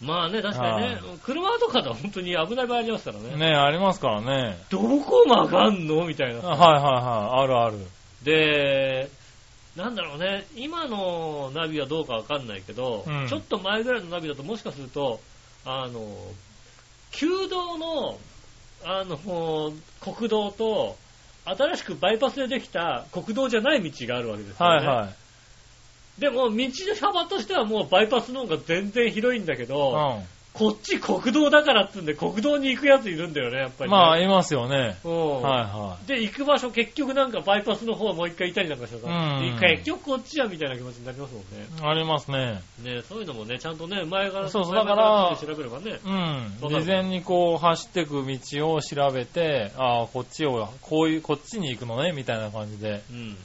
まあね、確かにね、車とかだと本当に危ない場合ありますからね。ねありますからね。どこ曲がんのみたいはいはな。いはい、あるある。で、なんだろうね、今のナビはどうかわかんないけど、うんちょっと前ぐらいのナビだともしかすると、あの、旧道の、あの、国道と、新しくバイパスでできた国道じゃない道があるわけですよね。はいはい。でも、道の幅としてはもうバイパスの方が全然広いんだけど、うこっち国道だからっつうんで、国道に行くやついるんだよね、やっぱん。り、ね。まあ、いますよね。うんはいはで、行く場所、結局なんかバイパスの方もう一回いたりなんかしてさ、うん一回、結局こっちやみたいな気持ちになりますもんね。い。ありますね。ねそういうのもね、ちゃんとね、前から、そうそう前々だから調べればね。うん。そうだね事前にこう走ってく道を調べて、ああ、こっちを、こういう、こっちに行くのね、みたいな感じでうん。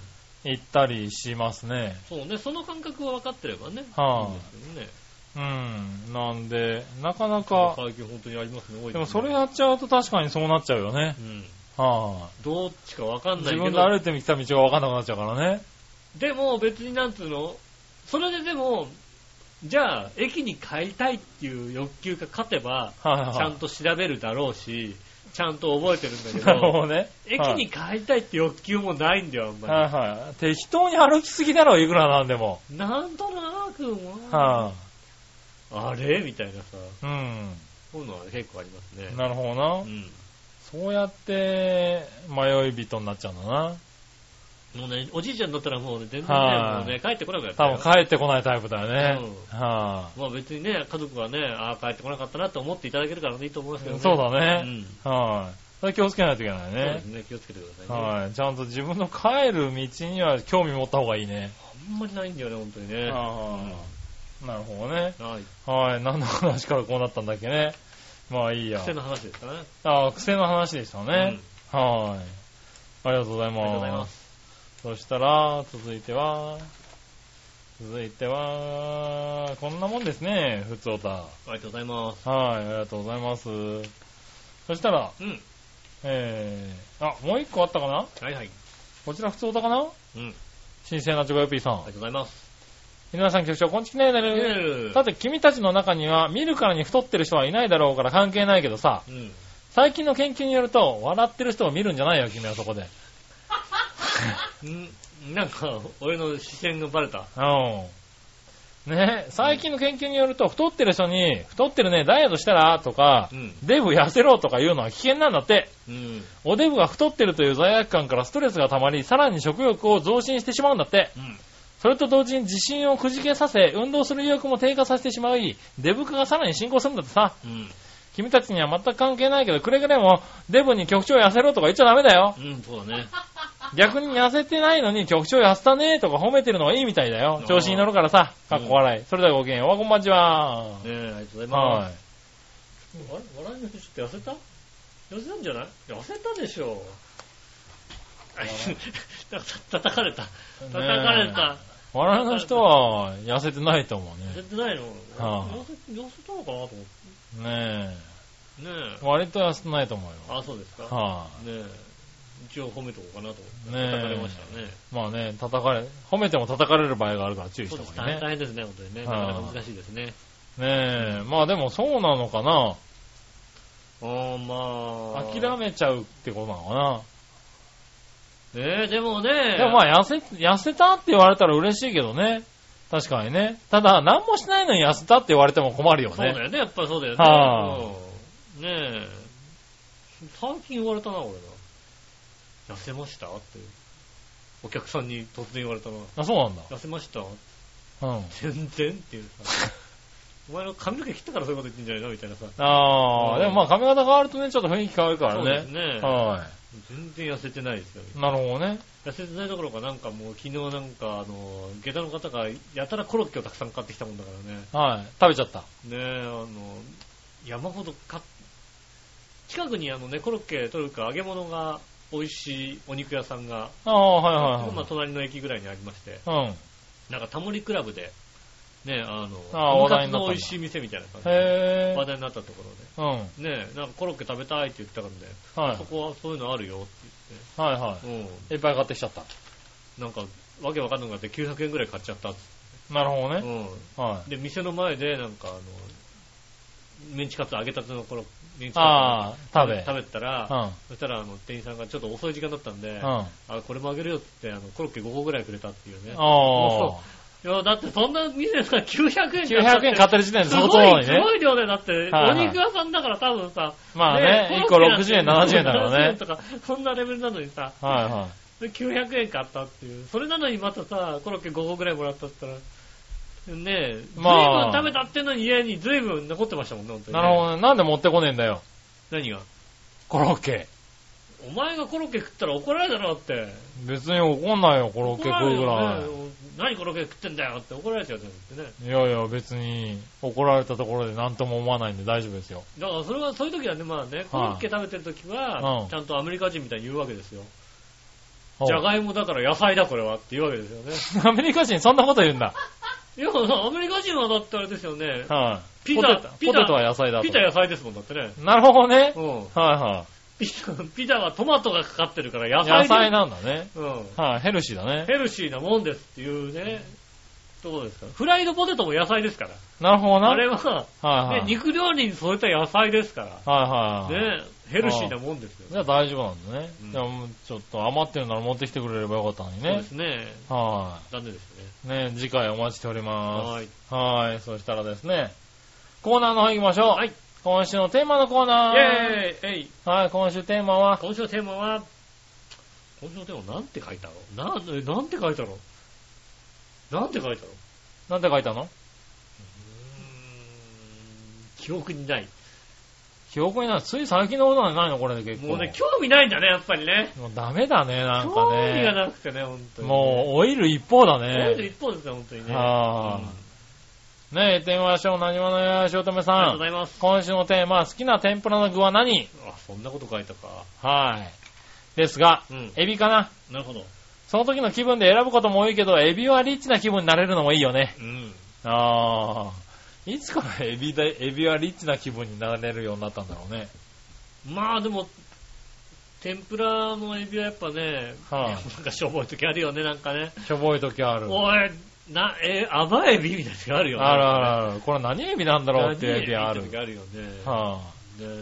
行ったりしますね。そうね、その感覚が分かってればね、はいいんですけどね。うん。なんで、なかなか、最近本当にありますね、多いすねでもそれやっちゃうと確かにそうなっちゃうよねう。ん。はどっちか分かんい。ない自けど。分で歩いてきた道が分かんなくなっちゃうからね。でも別になんつうのそれででも、じゃあ駅に帰りたいっていう欲求が勝てば、はいはい。ちゃんと調べるだろうし、ちゃんと覚えてるんだけなるほど、どね。駅はいに帰りたいって欲求もないんだよ、あんまはいはい。適当に歩きすぎだろ、いくらなんでも。り。なんとなくもう、はあれみたいなさ、い。うん。そういうのは結構ありますね。なるほどな。うん。そうやって、迷い人になっちゃうんだな。もうね、おじいちゃんだったらもうね、全然ね、はいもうね、帰ってこなくなっちゃ多うよ分帰ってこないタイプだよね。うはまあ別にね、家族はね、ああ、帰ってこなかったなって思っていただけるからね、いいと思いますけどい。ね。そうだうね。ん。はい。それ気をつけないといけないそうでねす。ね、気をつけてくださいね。はい。ちゃんと自分の帰る道には興味持った方がいいね。あんまりないんだよね、本当にね。ああ。なるほどね。はい。はい。何の話からこうなったんだっけね。まあいいや。癖の話ですかね。ああ、癖の話でしたね。はい。ありがとうございうん。ありがとうございま。ますす。そしたら、続いては、続いては、こんなもんですね、ふつおた。ありがとうございます。はい、ありがとうございます。そしたら、うん。えー、あ、もう一個あったかなはいはい。こちら普通だかうなん。あり新鮮なチョコヨッピーさん。がとうございます。皆さん局長、こんちきねえねメる。ールさて、君たちの中には、見るからに太ってる人はいないだろうから関係ないけどさ、うん。最近の研究によると、笑ってる人を見るんじゃないよ、君はそこで。うんなんか、俺の視線がバレた。うん。ね最近の研究によると、太ってる人に、太ってるね、ダイエットしたら、とかう、ん。デブ痩せろとか言うのは危険なんだって。うん。おデブが太ってるという罪悪感からストレスが溜まり、さらに食欲を増進してしまうんだって。うん。それと同時に自信をくじけさせ、運動する意欲も低下させてしまい、デブ化がさらに進行するんだってさ。うん。君たちには全く関係ないけど、くれぐれも、デブに局長痩せろとか言っちゃダメだよ。うん、そう だね。逆に痩せてないのに局長痩せたねとか褒めてるのがいいみたいだよ。調子に乗るからさ。かっこ笑い。それではごきげんよう。こんばんちは。ねえ、ありがとうございまはす。あれ笑いの人って痩せた痩せたんじゃない痩せたでしょ。あい なんか叩かれた。い。叩かれねた。え。笑いの人は痩せてないと思痩うせてないのは痩せ痩せたのかなと思って。ね。ねねえ。割と痩せてないと思うよ。え。あ、そうですか。はねえ、一応褒めとこうかなと思って、ねえ叩かれましたね。い。まあね、叩かれ、褒めても叩かれる場合があるから注意しそうたです大方がいいね。変ですね、本当にね。なはかいなか難しいですね。ねえ。まあでもそうなのかな。あーまあ。諦めちゃうってことなのかな。ねえ、でもね。でもまあ痩せ、痩せたって言われたら嬉しいけどね。確かにね。ただ、何もしないのに痩せたって言われても困るよね。そうだよね、やっぱりそうだよね。はうんねえ。最近言われたな、俺が。痩せましたって。お客さんに突然言われたな。あ、そうなんだ。痩せましたうん。全然っていう さ、お前の髪の毛切ったからそういうこと言ってんじゃないのみたいなさ。あうあ、んでもまあ髪型変わるとね、ちょっと雰囲気変わるからそうですね。ね。は全然痩せてないですよ。い。なるほどね。痩せてないどころか、なんかもう昨日なんか、あの、下駄の方がやたらコロッケをたくさん買ってきたもんだからね。はい。食べちゃった。ねえ、あの、山ほど買っ近くにあのね、コロッケというか揚げ物が美味しいお肉屋さんが、ああ、はいまあは隣の駅ぐらいにありまして、いはい。うん。なんかタモリクラブで、ね、あの、あとーん話かつ題になったんのだ美味しい店みたいな感じで、へ話え。題になったところうん。はい。で、ねえ、なんかコロッケ食べたいって言ってたからね、はいそこはそういうのあるよっては言って、い。いっぱい買ってきちゃった。うん、なんか、わけわかんなくなって900円ぐらい買っちゃったっつっなるほどて、ね。うん、はい。で、店の前で、なんか、あの、メンチカツ揚げたての頃、メンチカああ、食ツべ。食べたうら、ん。そしたら、あの、店員さんがちょっと遅い時間だったんで、うん。ああ、これもあげるよって言って、あの、コロッケ5個ぐらいくれたっていうね。あ。いや、だってそんな店ですから900円900円買ってる時点です相ご当多い、いすね。ごい量で、だって、はいおはい肉屋さんだから多分さ、まあね、1コ個ロッケ60円、なん70て円だから70円ね。とか、そんなレベルなのにさ、はいはい。で900円買ったっていう。それなのにまたさ、コロッケ5個ぐらいもらったって言ったら、ねえ、ま随分あ食べたってのに家に随分残ってましたもんね、本当に、なるほ。どね。なんで持ってこねえんだよ。何がコロッケ。お前がコロッケ食ったら怒られるだろって。別に怒んないよ、コロッケ怒ら食れうるぐよらね何コロッケ食ってんだよって怒られちゃうじゃんってね。い。いやいや、別に怒られたところで何とも思わないんで大丈夫ですよ。だからそれは、そういう時はね、まあね、コロッケ食べてる時うはん、ちゃんとアメリカ人みたいに言うわけですよ。おうじゃがいもだから野菜だこれはって言うわけですよね。アメリカ人そんなこと言うんだ。いや、アメリカ人はだってあれですよね。はい。ピポザテトピザポテトは野菜だとピ。ザ野菜ですもんだってね。なるほどね。うん。はピザ、ピザはトマトがかかってるから野いはい。菜野菜なんだね。うん。はい、ヘルシーだねヘ。ルシーなもんですっていうね、ところですから。フライドポテトも野菜ですから。なるほどな。あれは、はいねはい。肉料理に添えた野菜ですかはら。いはいはい。ね、ヘルシーなもんですじゃよ。あ大丈夫なんだねうん。じゃあもうちょっと余ってるなら持ってきてくれればよかったのにそうでねす。ね。は残念ですね。い。ね、次回お待ちしておりまはい。す。はい。そしたらですね、コーナーの方行きましょう。はい。今週のテーマのコーナイー。ェーイえいはい、今週テーマは、今週のテーマは、今週のテーマなんて書いたのなんえなんて書いたのなんて書いたのうなんて書いたのーん記憶にない。記憶にない。つい最近のことなんじゃないのこれで結構。もうね、興味ないんだね、やっぱりね。もうダメだね、なんか興味がね。なくてね、本当に。もう、オイル一方だう、ね、ね。一方ですね、本当にね。はうんい。ねえ、行ってみましょう。何者や、しおとめありがさとうごん。ざいます。今週のテーマ、好きな天ぷらの具は何あ、そんなこと書いたか。はい。ですが、うん。エビかな。なるほど。その時の気分で選ぶことも多いけど、エビはリッチな気分になれるのもいいよね。うん。ああ。いつからエビで、エビはリッチな気分になれるようになったんだろうね。まあでも、天ぷらのエビはやっぱね、はやい なんかしょぼい時あるよね、なんかね。しょぼい時ある。おい、な、えー、甘エビみたいな時あるよね。あるあるある。これ何エビなんだろう何っていうエビある。エビって時あるよね。ねはえあり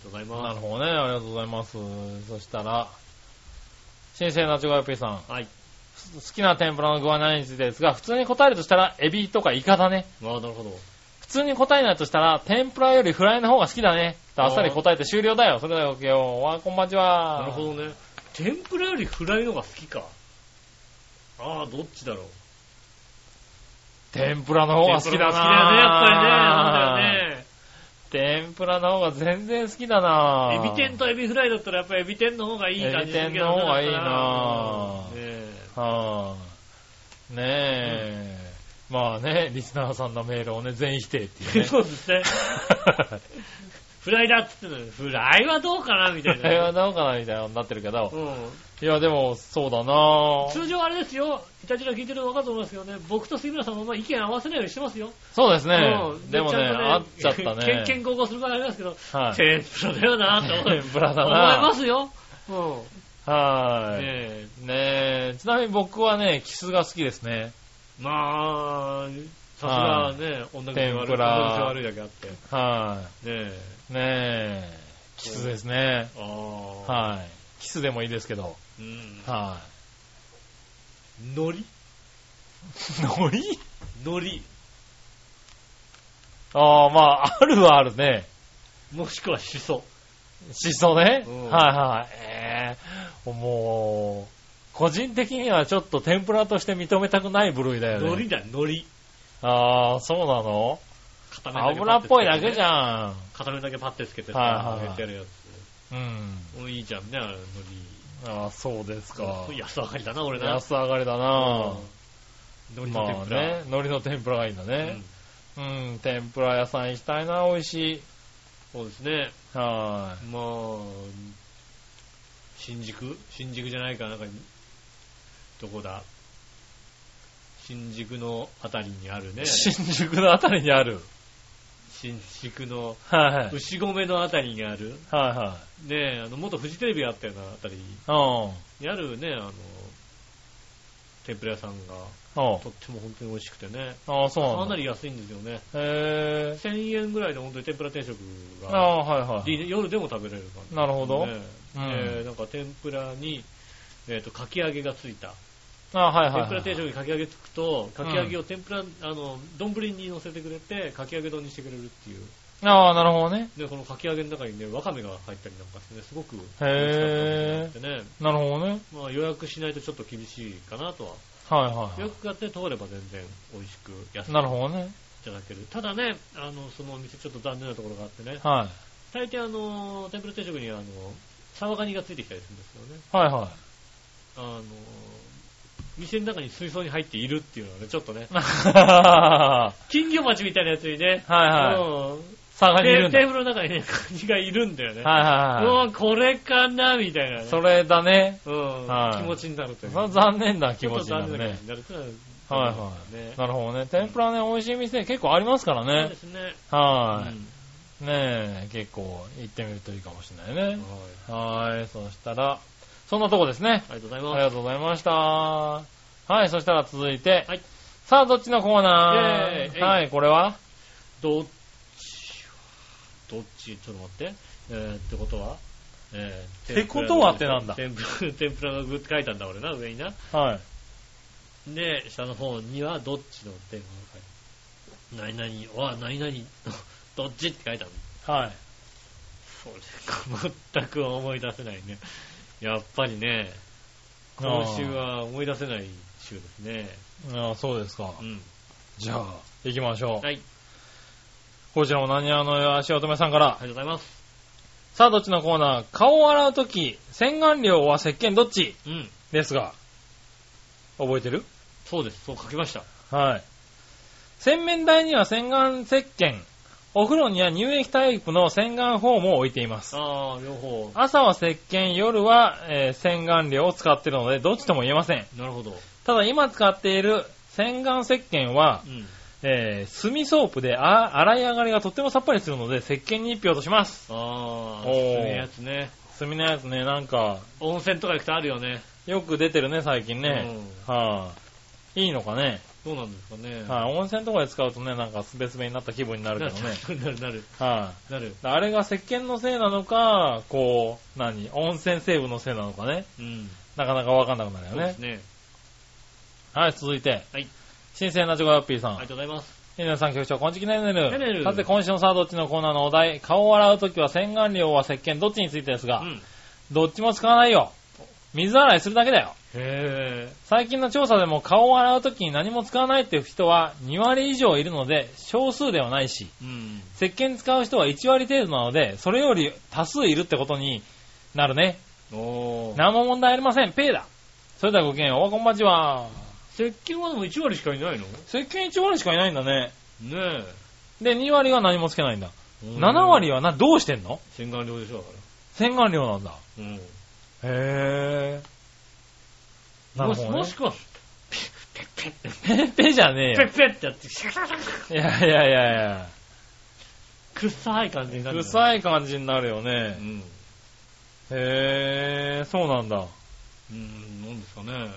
がとうございあ、なまるす。ほどね。ありがとうございます。そしたら、新鮮なちごよぴーさん。はい。好きな天ぷらの具は何についてですが、普通に答えるとしたら、エビとかイカだね。ああ、なるほど。普通に答えないとしたら、天ぷらよりフライの方が好きだね。とあっさり答えて終了だよ。それだよ、今日。わあ、こんばんちは。なるほどね。天ぷらよりフライのが好きか。ああ、どっちだろう。天ぷらの方が好き天ぷだらが好なきだよね、やっぱりね。そうだよね。天ぷらの方が全然好きだなエビ天とエビフライだったらやっぱエビ天の方がいい感じするけどエビ天の方がいいなぁ。ねえはあ、ねえ、まあね、リスナーさんのメールをね、全員否定っていう ね。そうですね。フライだっつってたのにフライはどうかなみたいあれはな。どうかなみたいなのになってるけどう。ん、いや、でも、そうだな通常あれですよ、いたじら聞いてるの分かると思いますけどね、僕と杉村さんもまあ意見合わせないようにしてますよ。そうですねうん。でもね、ちゃんとあっちゃったね。けんけんこうこうする場合ありますけど、はい。天ぷらだよなって思い天 ぷらだ思いまなすよ。うん。はねい。えねえ、ちなみに僕はね、キスが好きですね。まあ、さすがね、女の子が悪い天ぷら女の子が悪いだけあって。ねはえ。い。ねえ、キスですね。ああ。はい。キスでもいいですけど。うん。は海苔い。のり海苔。ああ、まあ、あるはあるね。もしくはしそ。しそね。うんはいはい。えー、もう、個人的にはちょっと天ぷらとして認めたくない部類だよ海苔ね。だよ、海苔。ああ、そうなの片面だけ油っぽいだけじん。ゃん。片面だけパッてつけてはいはいさは、い揚げてるやうん。つ。もういいじゃんね、あれ海ああ、そうですか苔。。安上がりだな、俺な。安上がりだうんな海苔まの天あぷらね。、海苔の天ぷらがいいんだうねん。うん、天ぷら屋さん行きたいな、美味しい。そうですね。はまあ、新宿新宿じゃないかな、なんか、どこだ新宿のあたりにあるねい。。新宿のあたりにある。新宿のはいはい。牛込のあたりにある、はいはねえ、あの、元フジテレビがあったようなあたりい。うん。にあるね、あの、天ぷら屋さんが、うんとっても本当に美味しくてね、ああ、そうなんだ。かなり安いんですよね。へ1000円ぐらいで本当に天ぷら定食ぇー。あが、あ、はいはい。いいね夜でも食べれる感じ、なるほどねうんえーなんか天ぷらに、えーと、かき揚げがついた。ああ、はいはいは天い。ぷら定食にかき揚げつくと、かき揚げを天ぷら、あの、丼に乗せてくれて、かき揚げ丼にしてくれるっていう。ああ、なるほどね。で、このかき揚げの中にね、わかめが入ったりなんかしてね、すごく美味しかったへんでね。なるほどね。まあ予約しないとちょっと厳しいかなとは。はいは予約がね、通れば全然美味しく安い。くいなるほどね。ただける。ただね、あの、そのお店ちょっと残念なところがあってね、は大抵あの、天ぷら定食にあの、サワガニがついてきたりするんですよね。い。はいはあの、店の中に水槽に入っているっていうのはね、ちょっとね、い。は金魚鉢みたいなやつにね、いはい。うん下がりいテるーんだ。テはーブルの中にね、 カニがいるんだよね。いはいはうわこれかなみたいなね、い。それだね。うんはい気持ちになるというそれは残念な気持ちになちょっと残る念な気持ねち。になるというのはいははねい。なるほどね。天ぷらね、美味しい店結構ありますからそうでね。すね。はうんい。ねえ、結構行ってみるといいかもしれないね。はいはい。そしたら、そんなとこですね。ありがとうございありまがとうございました。はい、そしたら続いて、はいさあ、どっちのコーナイェーーイはい、これはす。どっちは、どっち、ちょっと待って。えー、ってことはえーってことはってなんだ天ぷら、天ぷらの具って書いたんだ俺な、上にな。はい。で、下の方にはどっちの天ぷら何々、わ、何々、ど っちって書いたの。はい。それか全く思い出せないね。やっぱりね、今週は思い出せない週ですね。ああ、そうですかう。ん。じゃあ、行きましょう。はい。こちらも何屋の足乙女さんから。ありがとうございます。さあ、どっちのコーナー顔を洗うとき、洗顔料は石鹸どっちうん。ですが、覚えてるそうです。そう書きました。はい。洗面台には洗顔石鹸、お風呂には乳液タイプの洗顔フォームを置いています。ああ、両方。朝は石鹸、夜は、えー洗顔料を使っているので、どっちとも言えません。なるほど。ただ今使っている洗顔石鹸はう、ん。えー、炭ソープであ洗い上がりがとってもさっぱりするので、石鹸に一票とします。ああ、おーそういうやつね。炭のやつね、なんか、温泉とか行くとあるよね。よく出てるね、最近ね。はい、いいのかね。うん。どうなんですかね。はい、温泉とかで使うとね、なんかスベスベになった気分になるけなどるね。なるなるはい、なる。あれが石鹸のせいなのか、こう、何温泉成分のせいなのかね。うん。なかなかわかんなくなるよそうでねす。ね。はい、続いて。はい。新鮮なチョコヨッピーさん。ありがとうございます。皆さん、局長、こんちきねるねねるねるる。さて、今週のさあ、どっちのコーナーのお題、顔を洗うときは洗顔料は石鹸どっちについてですうが、ん。どっちも使わないよ。水洗いするだけだよ。へえ。最近の調査でも顔を洗うときに何も使わないっていう人は2割以上いるので、少数ではないし、うん。石鹸使う人は1割程度なので、それより多数いるってことになるね。おー。何も問題ありません。ペイだ。それではごきげんよう。おはこんばんちは。石鹸はでも1割しかいないの石鹸1割しかいないんだね。ねで、2割は何もつけないんだ。え。 7割はな、どうしてんの洗顔料でしょ、だか洗顔料なんだ。ら。うん。へぇー。なもるしほど、もねし。くは、ペッペッペッペッペじゃねペッペッペッってやって、シャカシャカシャカえよ。いやいやいやい臭い感じになや。る。い。臭い感じになるようね。ん。へぇー、そうなんだ。うん、なんですかね。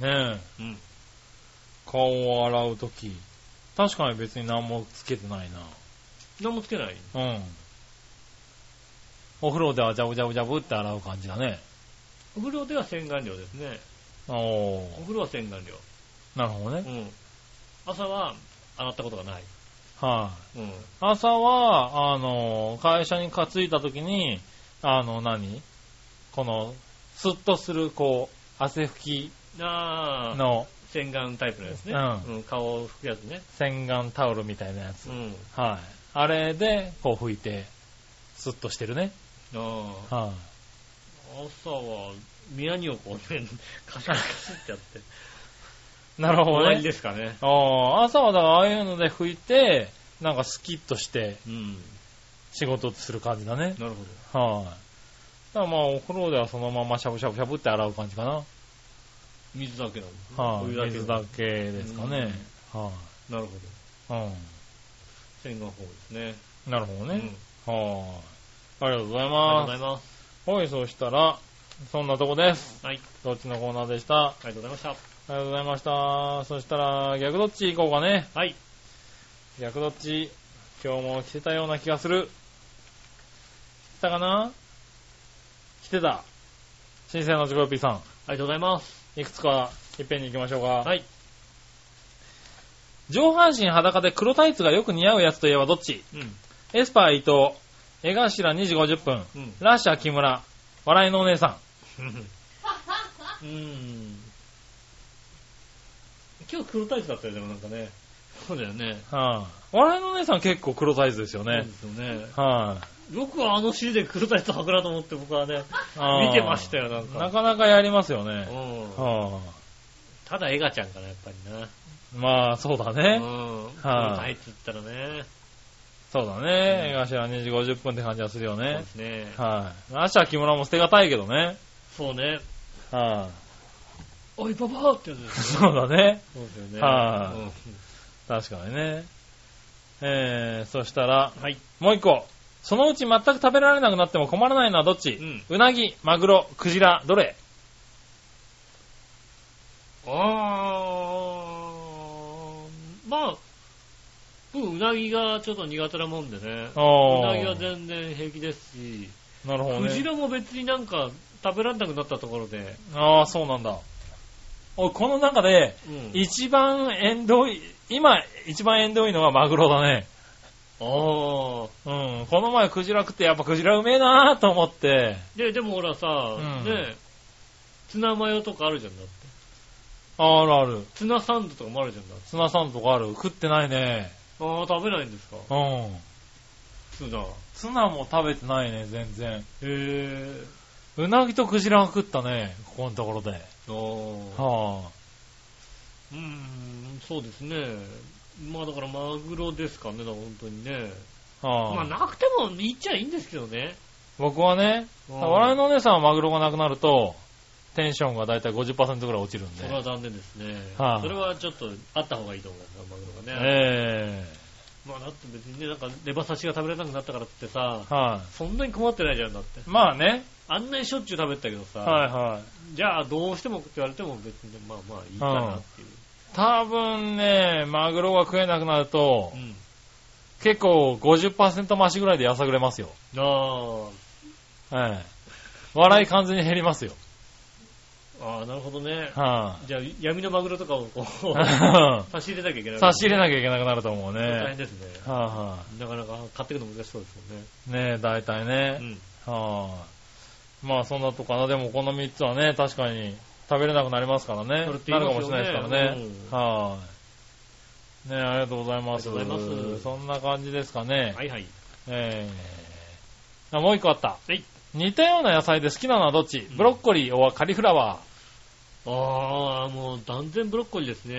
ねえ。うん。顔を洗うとき。確かに別に何もつけてない何もつけないな。うん。お風呂ではジャブジャブジャブって洗う感じだね。お風呂では洗顔料ですね。おーお。風呂は洗顔料。なるほどうね。ん。朝は洗ったことがない。はい、うん。朝は、あの、会社に担いだ時に、あの、何この、スッとする、こう、汗拭きああ、の洗顔タイプのやつね。うんん顔を拭くやつね。洗顔タオルみたいなやつ。うん。はい。あれで、こう拭いて、スッとしてるね。ああ、は朝は、宮にをこうね、カシャカシャってやって。い。なるほ終どわりね。ですかね。ああ、朝はだからああいうので拭いて、なんかスキッとしてうん。仕事する感じだね。なるほど。はい。だからまあお風呂ではそのまましゃぶしゃぶしゃぶって洗う感じかな。水だけなの。はい。お湯だけ水だけですかね。はなるほど。い。洗顔法ですね。うん。なるほどうん。ありね。はい。ありがとうございがとうごまざいす。ます。はい、そしたら、そんなとこです。はい。どっちのコーナーでした。ありがとうございました。ありがとうございました。そしたら、逆どっち行こうかね。はい。逆どっち、今日も来てたような気がする。来たかな来てた。新鮮のジゴヨピーさありがとうございます。ん、いくつかいっぺんに行きましょうか。はい。上半身裸で黒タイツがよく似合うやつといえばどっちうん。エスパー伊藤、江頭2時50分、うん。ラッシャー木村、笑いのお姉さ うんうん。今日黒タイツだったよ、でもなんかね。そうだよね。ん。はい笑いのお姉さん結構黒タイツですよね。そうですよね。はい、よくあの尻で黒タイツ履くなと思って僕はね、あー見てましたよ、なんか。なかなかやりますよね。うんはあただエガちゃんかな、やっぱりな。まあ、そうだうね。ん。黒はタイいツって言ったらね。そうだね。江頭2時50分って感じはするよそうでね。すね。はい。明日は木村も捨てがたいけどね。そうね。はおい、パパってやつでい。 すね。そうだね。そうですよね。はいうん確かにね。えー、そしたら、はい。もう一個。そのうち全く食べられなくなっても困らないのはどっち、うなぎ、マグロ、クジラ、どれあー、まあ、うん、うなぎがちょっと苦手なもんでね。うおなぎはー。全然平気ですし、なるほどクジね。ラも別になんか食べられなくなったところで、あー、そうなんだ。おいこの中で、うん一番縁遠い、今、一番縁遠いのはマグロだね。あーうん、この前クジラ食ってやっぱクジラうめえなぁと思って、で、でもほらさ、んね、ツナマヨとかあるじゃんだって。あるある、ツナサンドとかもあるじゃんだって。ツナサンドとかある、食ってないね。ああ、食べないんですかうん。ツナ。へツナも食べてないね、全然。え。うなぎとクジラは食ったね、ここのところで。あーはうーん、そうですね。まあだからマグロですかね、だから本当にね。ぁ、はまあぁ、なくてもいいっちゃいいんですけどね。僕はね、うん笑いのお姉さんはマグロがなくなると、テンションがだいたい50%ぐらい落ちるんそで。れは残念ですね。はいそれはちょっとあった方がいいと思います、マグロがね。えまあだって別にね、なんかレバ刺しが食べれなくなったからってさ、えはい、そんなに困ってないじゃんだって。まあね、あんなにしょっちゅう食べてたけどさ、はいはい。じゃあどうしてもって言われても別にまあまあいいかなっていう。多分ね、マグロが食えなくなるとう、ん。結構50%増しぐらいでやさぐれますよ。なあはい。笑い完全に減りますよ。ああ、なるほどね。はじゃあ闇のマグロとかをこい、う、 差し入れなきゃいけない。差し入れきなきゃいけなくなると思うゃ大変ね。ですね。はい、はなかなか買ってくの難しそうですもんね。い、ねえ、大体ね。はい、まあ、そんなとこかな。でも、この3つはね、確かに食べれなくなりますからね。それって言ないるまかすよもしねれないですからね。うはい、ねえ、ありがとうございます。ありがとうございますそんな感じですかね。うん。はいはい。えーあ、もう一個あった。はい似たような野菜で好きなのはどっち、んブロッコリー、おはカリフラワああ、もう断然ブロッコリーですね。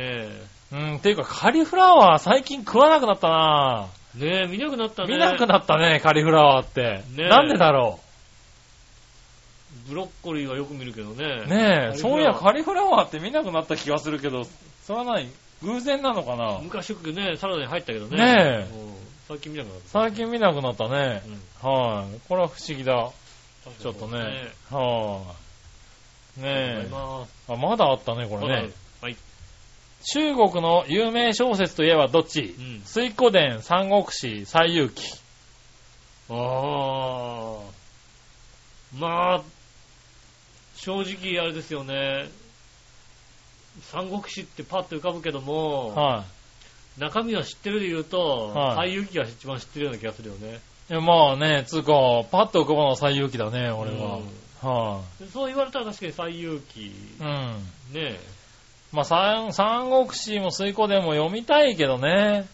ー。うん、っていうか、カリフラワー最近食わなくなったなぁ。ねえ、見なくなったね。見なくなったね、カリフラワーって。ねえなんでだろブロッコリーはよく見るけどね。う。ねカえ、リフラワそーういやカリフラワーって見なくなった気がするけど、それは何偶然なのかな昔よくね、サラダに入ったけどね。ねえうん最近見なくなった。最近見なくなったね。うん、はい。これは不思議だ。ちょっとあね。はい。りがとうござねいえ。ます。あ、まだあったね、これまだあねる。はい。中国の有名小説といえばどっちうん。水湖伝、三国志、西遊記。ああ。まあ、正直あれですよね。三国志ってパッと浮かぶけども、は中身は知ってるで言うと、は俳い優機が一番知ってるような気がするよね。い。いやまあね、つうか、パッと浮かぶのは西遊記だね、俺うは。んはそう言われたら確かに最有機い、うん。ねまあ、三、三国志も水庫でも読みたいけどね。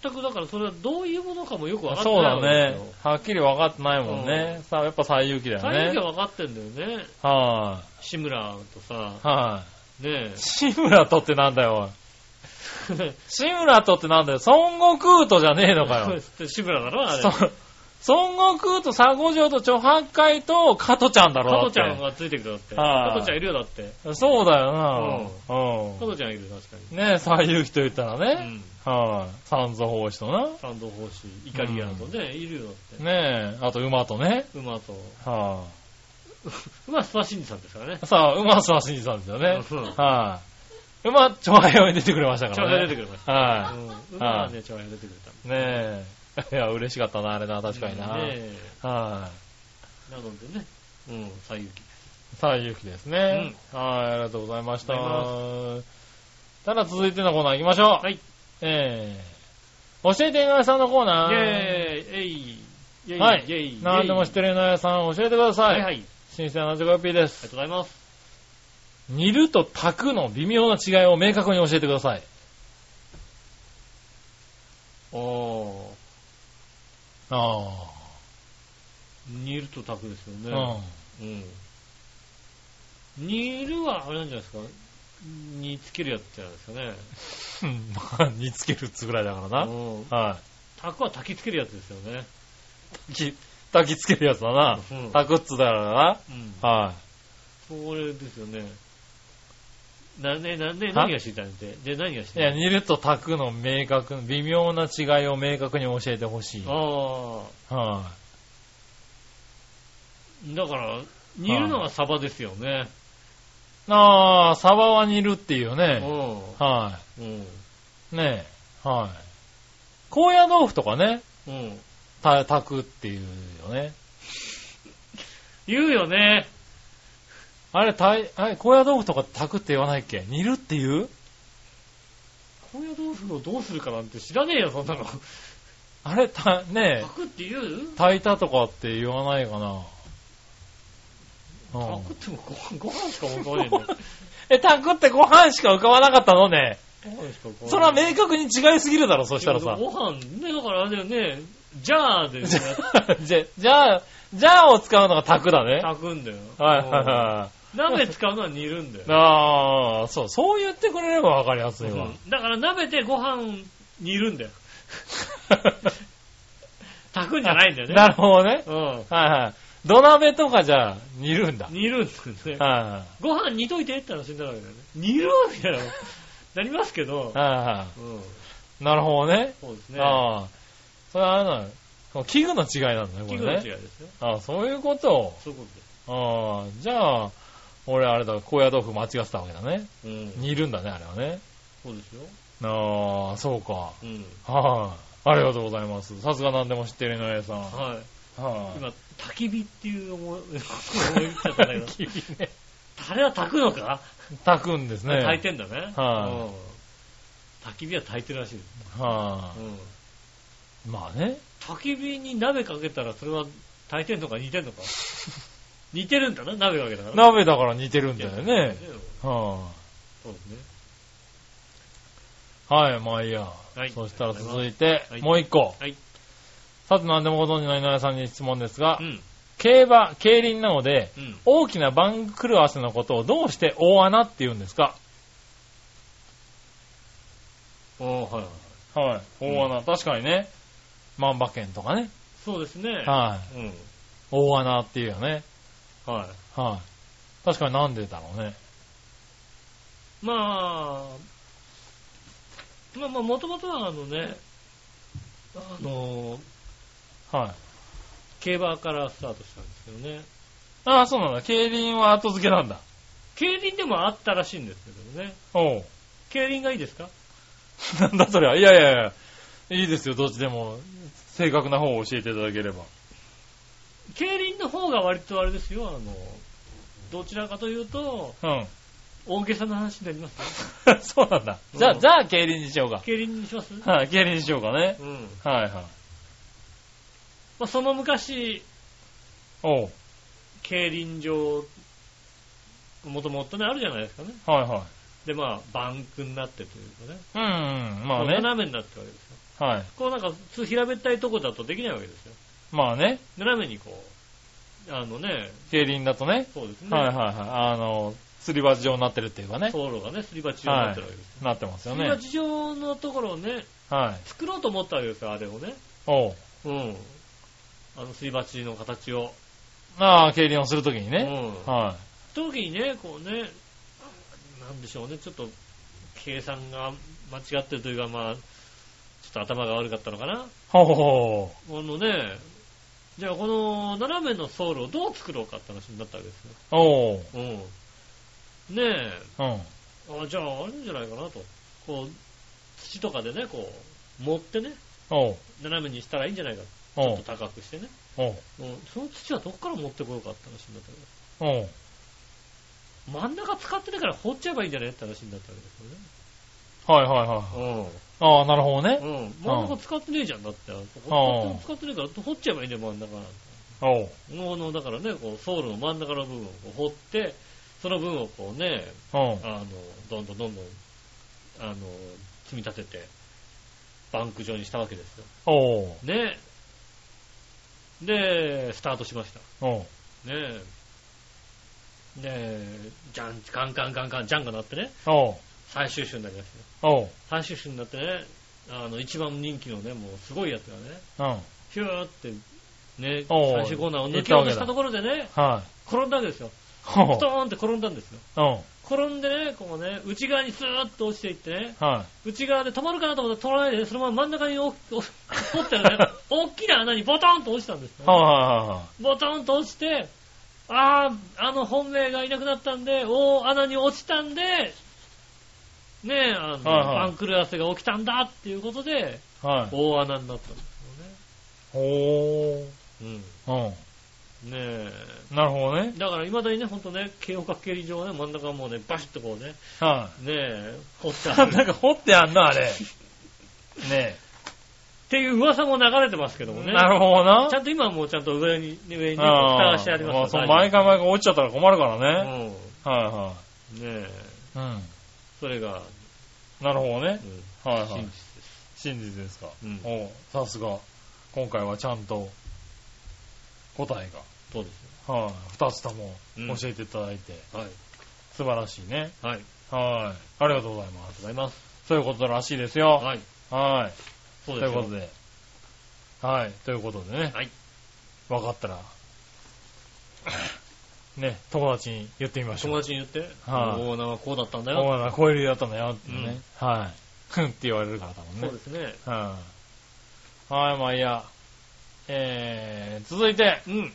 全くだからそれはどういうものかもよく分かってそうないだわけでねすよ。。はっきり分かってないもんね。さあ、やっぱ最有機だよね。最有機は分かってんだよね。は志村とさい、、はい、ね志村とってなんだよ、おい。志村とってなんだよ。孫悟空とじゃねえ のかよ。え。志村だろあれ。そ孫悟空と佐五条と猪八戒と加トちゃんだろ。加トちゃんだっがついてくるだって。はい加トちゃんいるよだって。てそうだよな。加うトちゃんいる確かん。ねえ、最有機と言ったらに。うね。ん。はい、三蔵法師とな。三道法師、イカリアンとね、いるよだって。ねえ、あと馬とね。馬と。は馬はスパシンジさんですからねい。。さあ、馬すわしんじさんですよね。うんはい。馬、長平に出てくれましたか長編ら出てね。くれました。はうん馬はね、長編出てくれた。い。ねえ。いや、嬉しかったな、あれな、確かにな。ねえはい。なのでね、うん、最有機。さあ、ゆきですね。はい、ありがとうございましたありがと。ただ続いてのコーナー行きましょう。はい。えー、教えて井上さんのコイーェナーー。イえいイェーイはいイェーイ何でも知ってる。る井上さん教えてくださ。はいいはい。あり新鮮なジョコヨッピーでがとうす。ございます。煮ると炊くの微妙な違いを明確に教えてください。おあー、煮ると炊くですあ。うよね。ん。 うん。煮るは、あれなんじゃないですか煮つけるやつじゃないですかね。まあ、煮つけるっつぐらいだからな。うんは炊くは炊きつけるやつですよね。い。き炊きつけるやつだな。うん炊くっつだからうん。な。はい。これですよね。な、ね、な、ね、何が知りたいんで。で、何が知いりたや、い煮ると炊くの明確、微妙な違いを明確に教えてほしい。ああはー、だから、煮るのはサバですよね。い。ああ、サバは煮るっていううね。ん。はうん。い。ねえ。はい。高野豆腐とかね、うん。た炊くっていうよね。言うよね。あれ、たい、あれ、高野豆腐とか炊くって言わないっけ煮るっていう高野豆腐をどうするかなんて知らねえよ、そんなの。あれ、た、ねえ炊、くって言う炊いたとかって言わないかな。うん炊くってもごご 飯しか思い浮かばねえんだよ。え、炊くってご飯しか浮かばなかったのね。ご飯しか浮かばねえ それは明確に違いすぎるだろ、そしたらさ。ご飯、ね、だからあれだよね、ジャー でねじゃ、 じゃ、じゃあ、じゃあを使うのが炊くだね。炊くんだよ。はいはいはうん鍋使うのは煮るんだい。よ。ああ、そう、そう言ってくれればわかりやすいわ。うんだから鍋でご飯煮るん だよ。炊くんじゃないんだよね。なるほどね。うん。はいはい。土鍋とかじゃあ煮るんだ。煮るんだよね。はご飯煮といてって話になるわけだよね。煮るみたいな。なりますけどい。。はうん。い。なるほどね。そうですね。ああ。それはあれなのその器具の違いなんだね、こ器れ具の違いね。ですよ。ああ、そういうことそういうことでああ、じゃあ、俺あれだ、高野豆腐間違ってたわけだね。す。うん。煮るんだね、あれはね。そうですよ。ああ、そうか。うん。はい、あ。りがとうございます。さすが何でも知ってる井上さん。はい、はい。 今、焚き火っていう思い、思いつかったんだけど、焚き火ねあれは炊くのか炊くんですね。炊いてんだね。はうん焚き火は炊いてるらしいです。はうい、んまあね。焚き火に鍋かけたら、それは炊いてんのか煮てんのか煮てるんだな、鍋かけたら。鍋だから似てるんだよね。はそうですね。い、はい、まあいいや。はいそしたら続いて、はいもう一個。はいさて何でもご存知の井上さんに質問ですが、うん。競馬、競輪なので、うん。大きな番狂わせのことをどうして大穴って言うんですかおーはいはい。はい。大穴。確かにね。万馬券とかね。そうですね。はい。うん。大穴っていうよね。はい。はい。確かになんでだろうね。まあ、まあまあ、もともとはあのね、あの、はい。競馬からスタートしたんですけどね。ああ、そうなんだ。競輪は後付けなんだ。競輪でもあったらしいんですけどね。おう。競輪がいいですか なんだそりゃ。いやいやいや。いいですよ、どっちでも。正確な方を教えていただければ。競輪の方が割とあれですよ、あの、どちらかというと、うん。大げさな話になりますね。 そうなんだ。じうゃあ、んじゃあ競輪にしようか。競輪にしますはい、競輪にしようかねう。ん。はいはい。まあ、その昔、おう。競輪場、もともとね、あるじゃないですかね。はいはい。で、まあ、バンクになってというかね。うん、うん、まあね。斜めになってるわけですよ。はい。こうなんか、普通平べったいとこだとできないわけですよ。まあね。斜めにこう、あのね、競輪だとね。そうですね。はいはいはい。あの、すり鉢状になってるっていうかね。道路がね、すり鉢状になってるわけです。なってますよすりね。鉢状のところをね、はい。作ろうと思ったわけですよ、あれをね。おう。うん。あのすり鉢の形を。ああ、競輪をするときにうね。ん。は時にね、こうね、なんでしょうね、ちょっと、計算が間違ってるというか、まあ、ちょっと頭が悪かったのかな。い。ほうほうほあのね、じゃあこの斜めのソールをどう作ろうかって話になったわけですよ。う。おう。うん。ねえ、うん。あじゃああるんじゃないかなと。こう、土とかでね、こう、持ってね、おう。斜めにしたらいいんじゃないか。ちおょっう。と高くしてね。おう。うん。その土はどっから持ってこようかって話になったわけです。おう。真ん中使ってたから放っちゃえばいいんじゃないって話になったわけはいはいはい。ですよね。ああ、なるほどね。うん。うん。真ん中使ってねえじゃんだって。ここ使ってねえから、掘っちゃえばいいんだよ、真ん中なんて。おう。のの、だからね、こう、ソールの真ん中の部分をこう掘って、その分をこうね、おう。あの、どんどんどんどん、あの、積み立てて、バンク状にしたわけですよ。おう。ね。で、スタートしました。おう。ね。で、じゃん、カンカンカンカン、ジャンが鳴ってね、おう。最終種になりましたよ。おう。最終種になってね、あの、一番人気のね、もうすごいやつがね、うん。ヒューって、ね、おう最終コーナーを抜けようとしたところでね、はい。転んだわけですよ。ほうスト。ーンって転んだんですよ。うん。転んでね、こうね、内側にスーッと落ちていってね、は内側で止まるかなと思ったら止まらないで、そのまま真ん中に落落落った らね、大きな穴にボトンと落ちたんですい。よ。はいはいはボトンと落ちて、ああ、あの本命がいなくなったんで、大穴に落ちたんで、ねえ、あの、はいはい番狂わせが起きたんだっていうことで、いはい。はい。大穴になったんでほすよね。う。うん。うん。ねえ。なるほどね。だから未だにね、ほんとね、京王角競輪場はね、真ん中はもうね、バシッとこうね、はねえ、掘ってあい。 るなんか掘ってあんな、あれ。ねっていう噂も流れてますけどもえ。ね。なるほどなちゃ。んと今はもうちゃんと上に、上にね、蓋あがしてありますまあ、そからの毎大丈回毎回落ちちゃったら困るから夫ね。はいはうん。ねえ、い。うん。それが、なるほどねう。ん、はいは真実いで。真実ですか。うんおうさすが。今回はちゃんと答えす。そうですが、はい、二つともうん教えていただいて、よ。はい。素晴らしいね。はい。ありがとうはい。ありがとうございます。ございます。そういうことらしいですよ。はい。はい。そうとでいうすこよとで。はい。ということでね。はい。分かったら、ね、友達に言ってみましょ友う。達に言って、はいオーナーはこうだったんだおよ。前らこういう理由だったんだよってね。はい。 ふんって言われるからだもんそうねで。すね。はい。はい、まあいいや。えー、続いて、うん。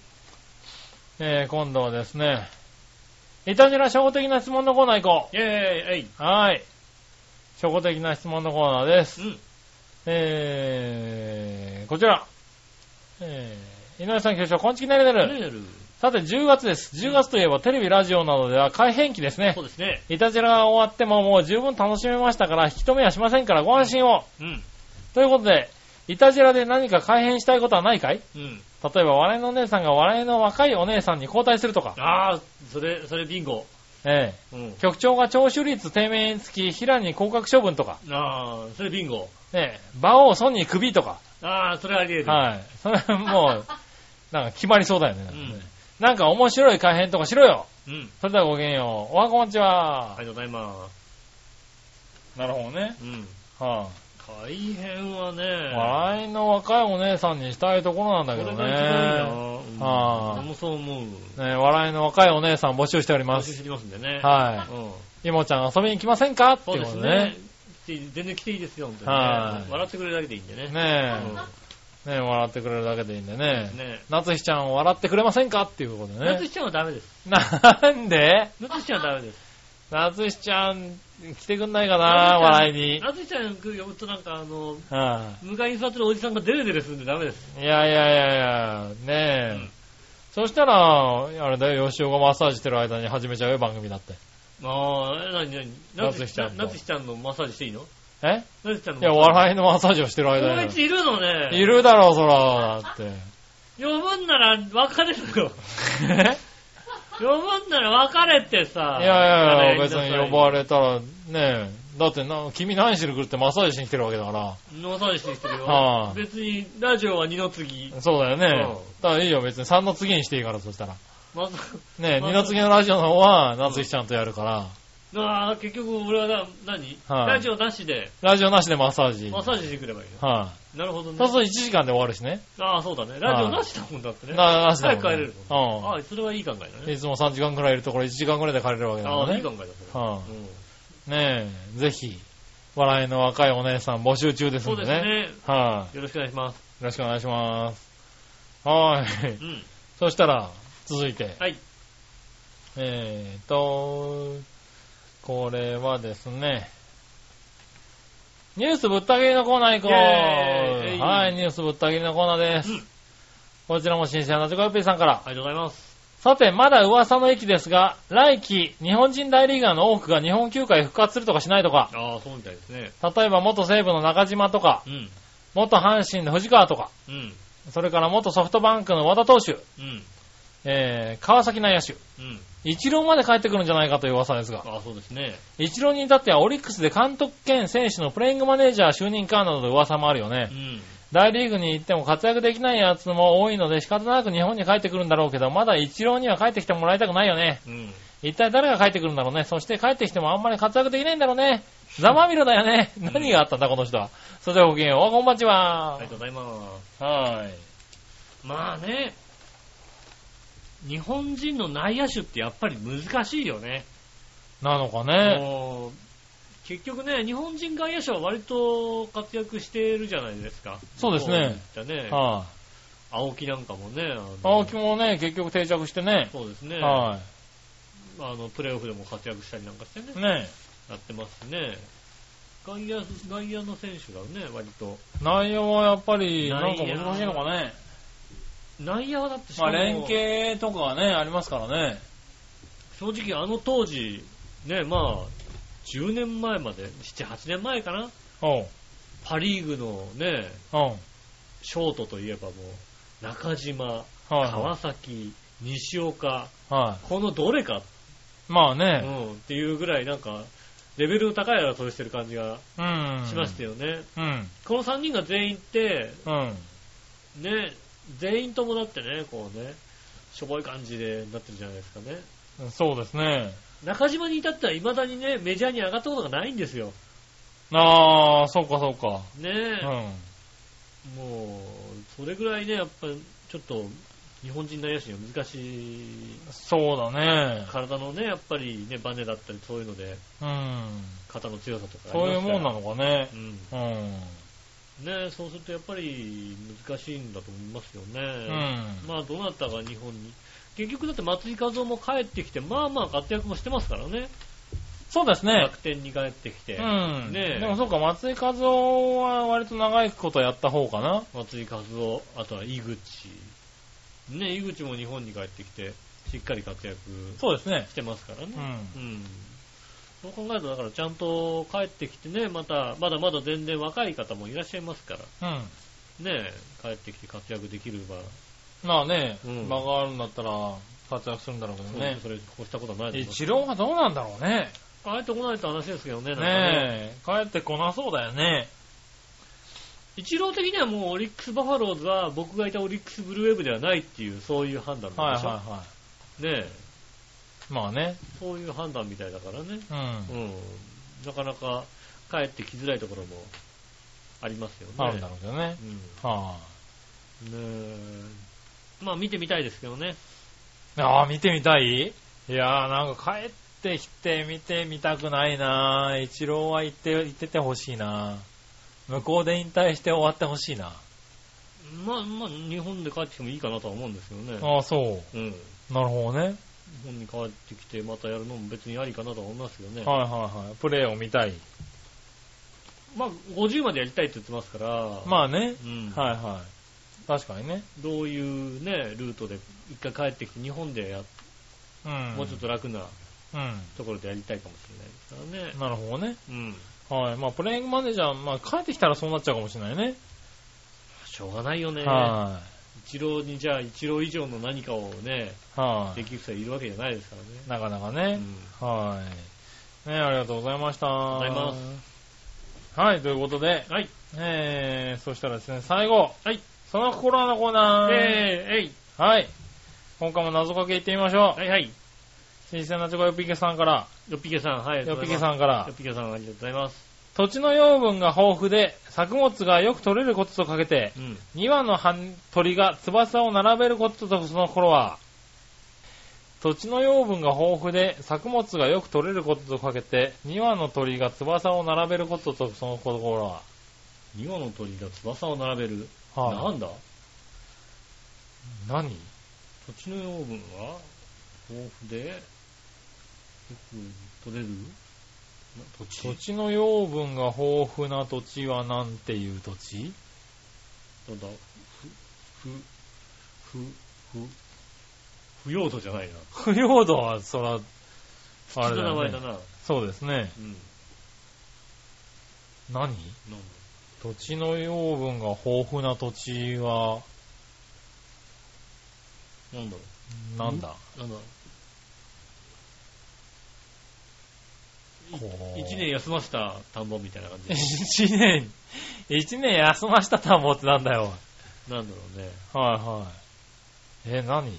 えー、今度はですね、いたじら初歩的な質問のコーナー行こイェーイえい。う。はい。初歩的な質問のコーナーです。うん。えー、こちら。えー、井上さん局長、こんちきなりなねる。えるさて、10月です。10月といえばテレビ、ラジオなどでは改変期ですねそ。うですね。いたじらが終わってももう十分楽しめましたから、引き止めはしませんからご安心を。うん。ということで、いたじらで何か改変したいことはないかいうん。例えば、笑いのお姉さんが笑いの若いお姉さんに交代するとか。ああ、それ、それビンゴ。ええうん。局長が聴取率低迷につき、平に降格処分とか。ああ、それビンゴ。ええ馬王ソニー首とか。ああ、それあり得る。はい。それは もう、なんか決まりそうだよね。なんうかねん。なんか面白い改変とかしろよ。うん。それではごきげんよう。おはこんにちあは。りがとうございます。なるほどね。うん。は大変はね。い。笑いの若いお姉さんにしたいところなんだこけれがど一ね。番いいなうんはあ俺もそう思う。ね笑いの若いお姉さん募集しておりま募集しす。てますんでね。はうんい。いもちゃん遊びに来ませんかってそいううでこすとねね。。全然来ていいですよ、本当にはね。い笑ってくれるだけでいいんでね。ねうんえ。ねえ、笑ってくれるだけでいいんでね。ね夏日ちゃん笑ってくれませんかっていうことで夏ね。しちゃんはダメです。なんで夏しちゃんはダメです。夏日ちゃん来てくんないか夏な日ちゃん笑いに。夏しちゃん呼ぶとなんかあの、はい。向かいに座ってるおじさんがデレデレするんでダメです。いやいやいやいや、ねえ。うんそしたら、あれだよ、吉尾がマッサージしてる間に始めちゃうよ、番組だって。ああ、えなになに夏夏日しちちゃゃんんと夏しちゃんのマッサージしていいのえ夏しちゃんのいや、い。笑いのマッサージをしてる間こいに。ついるのね。 い。るだろう、そら、だって。 呼ぶんなら別れるよ。え呼ぶんなら別れてさ。いやいやいや、別別に呼ばれたら、ねえ、だってな、君何しに来るってマッサージしに来てるわけだか野菜してきてるよ。はい別に、ラジオは二の次。ら。そうだよね。うだからいいよ、別に3の次にしていいから、そしたら。まず、ねえ、まあ2の次のラジオの方は、夏日ちゃんとやるから、あー結局俺はな、何、はいラジオなしで、ラジオなしでマッサージ。マッサージしてくればいいよ。はなるほどい。ね。そうすると1時間で終わるしね。ああ、そうだね。ラジオなしだもんだってね。ななしだもん早く帰れねるもん。うんああ、それはいい考えだね。いつも3時間くらいいるところ1時間くらいで帰れるわけだかああ、らいいね考。えだ、それ。はうんい。ねえ、ぜひ、笑いの若いお姉さん募集中ですそんうででね。すね。はい。よろしくお願いします。よろしくお願いします。はーい。うん。そしたら、続いて。はい。えーと、これはですね、ニュースぶった切りのコーナー行こうイェーイはい、ニュースぶった切りのコーナーです。うんこちらも新鮮なチョコヨッピーさんから。ありがとうございます。さて、まだ噂の域ですが、来季、日本人大リーガーの多くが日本球界復活するとかしないとか、ああ、そうみたいですね。例えば元西武の中島とか、うん。元阪神の藤川とか、うん。それから元ソフトバンクの和田投手、うん。えー、川崎内野手、うん。一郎まで帰ってくるんじゃないかという噂ですが、ああ、そうですね。一郎に至ってはオリックスで監督兼選手のプレイングマネージャー就任かなどの噂もあるよねう。ん。大リーグに行っても活躍できない奴も多いので仕方なく日本に帰ってくるんだろうけど、まだ一郎には帰ってきてもらいたくないよね。うん。一体誰が帰ってくるんだろうね。そして帰ってきてもあんまり活躍できないんだろうね。ざまみろだよね。何があったんだ、この人は。それではごきげんよう。こんばんちあはりが。とうございます。はい。まあね、日本人の内野手ってやっぱり難しいよね。なのかね。もう結局ね、日本人外野手は割と活躍しているじゃないですか。そうですねそういったね。はい。青木なんかもね。あの青木もね、結局定着してね。そうですね。はあの、プレーオフでも活躍したりなんかしてね。い。ねやってますね。外野、外野の選手がね、割と。内容はやっぱり、なんか難しいのかね。内野はだってしかまあ、も連携とかはね、ありますからね。正直あの当時、ね、まあ、10年前まで、7、8年前かな。おう、パリーグのね、おう、ショートといえばもう、中島、は川崎、西岡、い。はこのどれか、い。まあうね。ん、っていうぐらいなんか、レベルの高い争いしてる感じがうん。しましたよね。うん。この3人が全員って、うん。ね、全員ともだってね、こうね、しょぼい感じでなってるじゃないですかね。そうですね。中島に至っては未だにね、メジャーに上がったことがないんですよ。ああ、そうかそうか。ねうん。もう、それぐらいね、やっぱちょっと、日本人内野手には難しい、そうだね。体のね、やっぱりね、バネだったりそういうので、うん。肩の強さとかそういうもんなののかねう。ん。うん。ねそうするとやっぱり難しいんだと思いますようね。ん。まあ、どなたが日本に。結局だって松井和夫も帰ってきて、まあまあ活躍もしてますからね。そうですね。楽天に帰ってきて、うん。ねえでもそうか、松井和夫は割と長いことやった方かな。松井和夫、あとは井口。ね、井口も日本に帰ってきて、しっかり活躍そうですねし。てますからね。ううんそう考えると、だからちゃんと帰ってきてね、また、まだまだ全然若い方もいらっしゃいますから、うん。ね、帰ってきて活躍できれば、まあね、うん間があるんだったら活躍するんだろうけどそうね。それ、こうしたことはないです一郎はどうなんだろうね。帰ってこないって話ですけどね、なんかね。ねえ、帰ってこなそうだよね。一郎的にはもうオリックスバファローズは僕がいたオリックスブルーウェーブではないっていう、そういう判断はないんはでしょ、いはねえい。まあね。そういう判断みたいだからね。うん。うん。なかなか帰ってきづらいところもありますよね。あるんだろうけどね。うん。ねはえまあ見てみたいですけどね。あ。ああ、見てみたいいやーなんか帰ってきて見てみたくないなー一郎は行って、行っててほしいな向こうで引退して終わってほしいな。まあまあ日本で帰ってきてもいいかなとは思うんですけどね。ああ、そうん。日う。なるほどね。本に帰ってきてまたやるのも別にありかなとは思いますけどね。はいはいはい。プレーを見たい。まあ50までやりたいって言ってますから、まあね。うんはいはい。確かにね。どういうね、ルートで一回帰ってきて日本でや、うん。もうちょっと楽なうん。ところでやりたいかもしれないですからね。なるほどね。うん。はい。まあ、プレイングマネージャー、まあ、帰ってきたらそうなっちゃうかもしれないね。しょうがないよね。は一郎にじゃあ一郎以上の何かをね、はできる人はいるわけじゃないですからね。い。なかなかうね。んはい。ねありがとうございました。ありがとうございます。はい、ということで、はい。えー、そしたらですね、最後。はい。その心のコーナー。えー、えい。はい。今回も謎かけ行ってみましょう。はいはい。新鮮なチョコヨピケさんから、よっぴけさん、はい。ヨピケん。さんからよっ、ぴけさん、ありがとうございます。土地の養分が豊富で、作物がよく取れることとかけて、うん。 2羽の半鳥が翼を並べることとその頃は、土地の養分が豊富で作物がよく取れることとかけて、2羽の鳥が翼を並べることとその頃は、 2羽の鳥が翼を並べる。なはんだい何土地の養分は豊富で、よく取れるな土地土地の養分が豊富な土地はなんていう土 地なんだふ、ふ、ふ、ふ、不用途じゃないな。不要度は、そら、あ土れ地だの名よ前ねだ。な。そうですね。うん。何なんだ土地の養分が豊富な土地は、なんだろなんだう。なんだろこう。う一年休ませた田んぼみたいな感じ。一年、一年休ました田んぼってなんだよ。なんだろうね。はいはい。え、何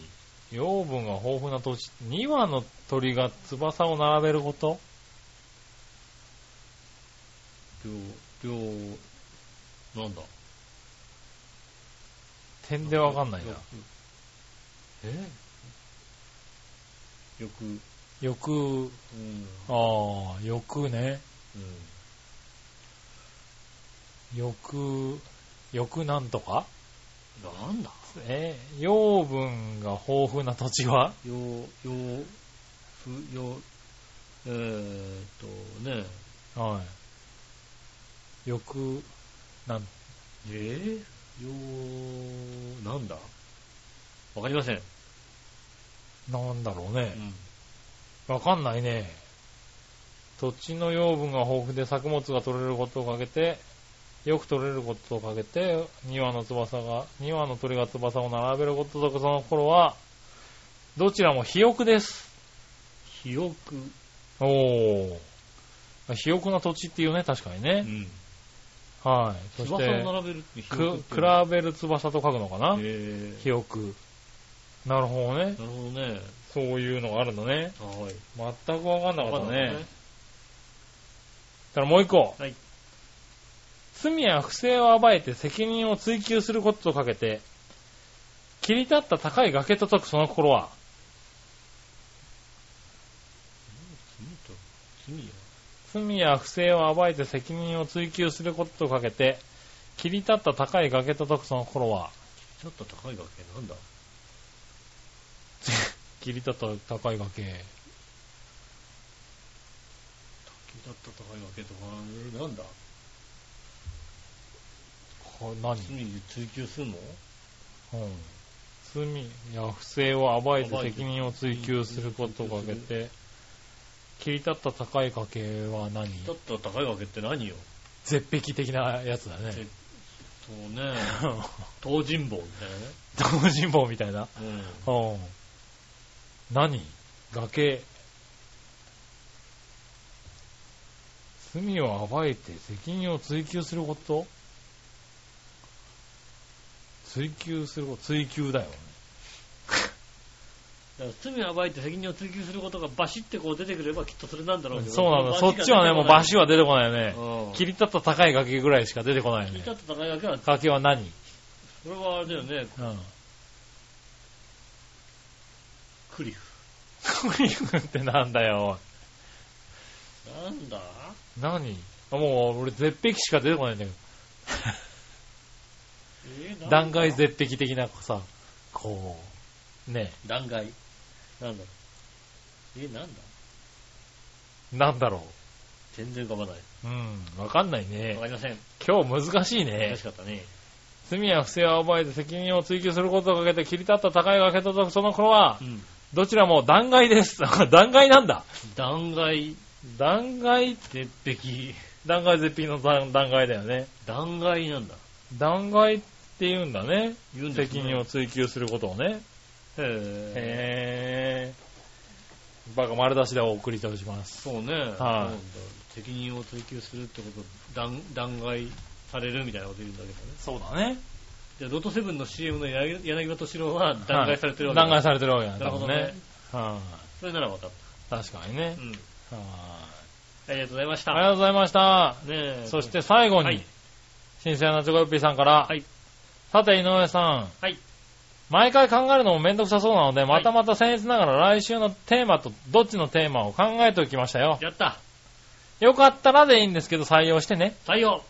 養分が豊富な土地、2羽の鳥が翼を並べること両、両、なんだ。点でわかんないなよ。えく、よく、欲、うん。ああ、欲ね。うん欲、欲なんとかなんだえ、養分が豊富な土地はよ、よ、ふ、よ、えーっとね、はい。欲、なん、えー、よなんだわかりません。なんだろうね。わかんないね。土地の養分が豊富で作物が取れることをかけて、よく取れることをかけて、2羽の翼が、2羽の鳥が翼を並べることとか、その頃は、どちらも肥沃です。肥沃。おー。肥沃な土地っていうね、確かにね。はい。そし翼てを、並べるって肥沃くっていうの比べる翼と書くのかなえ肥沃。なるほどねー、。なるほどね。そういうのがあるんだね。はい。全くわかんなかわっかんたないね。ただもう一個。はい罪や不正を暴いて責任を追及することとかけて、切り立った高い崖と解くその心は、罪と、罪や。罪や不正を暴いて責任を追及することとかけて、切り立った高い崖と解くその心は、ちょっと高いわけなんだ切り立った高い崖。滝だった高いわけとか、えーなんだこれ何、罪追求するのうん、罪や不正を暴いて暴いて責任を追及することとかけて、切り立った高い崖は何だった高いわけって何よ絶壁的なやつだ ね。そうね、東尋坊みたい同人坊みたいな。なね。うん。何崖。罪を暴いて責任を追及すること追及すること追及だよね。だから罪を暴いて責任を追及することがバシってこう出てくればきっとそれなんだろうけど。そうなんだ。そっちはね、もうバシシは出てこないよね。ッ。切り立った高い崖ぐらいしか出てこないよ聞いね。たと高いわけは、崖は何これはあれだよね、うん。クリフ。クリフってなんだよ。なんだ何あもう俺絶壁しか出てこないんだけど。えーなんだ断崖絶壁的なさ、こう、ね、断崖。なんだえー、なんだなんだろ全然浮かばない。う。うん、わかんないねわ。かりません。今日難しい難ねし。かったね。罪や不正を暴いて責任を追及することをかけて切り立った高い崖と解くその頃はう、ん。どちらも断崖です。 断崖なんだ。断崖、断崖、絶壁。断崖絶壁の断断崖だよね。断崖なんだ。断崖っって言うんだね。言うんです責ね任を追求することをね。へえ。へぇー。バカ丸出しでお送りいたします。そうね。はいい。責任を追求するってこと、断断崖されるみたいなこと言うんだけどね。そうだね。じゃあ、ロトセブンの CM の柳柳葉敏郎は断崖されてるわけはい断崖されてるわけだね。なるほど多分ねね。。はそれならわかっい。確かにねた。う。ん。はい。ありがとうございましあた。りがとうございました。ねえそして最後はにい、新鮮なチョコヨッピーさんから、はいさて井上さん、はい毎回考えるのもめんどくさそうなので、はいまたまた僭越ながら来週のテーマとどっちのテーマを考えておきましたよ。やったよかったらでいいんですけど採用してね。採用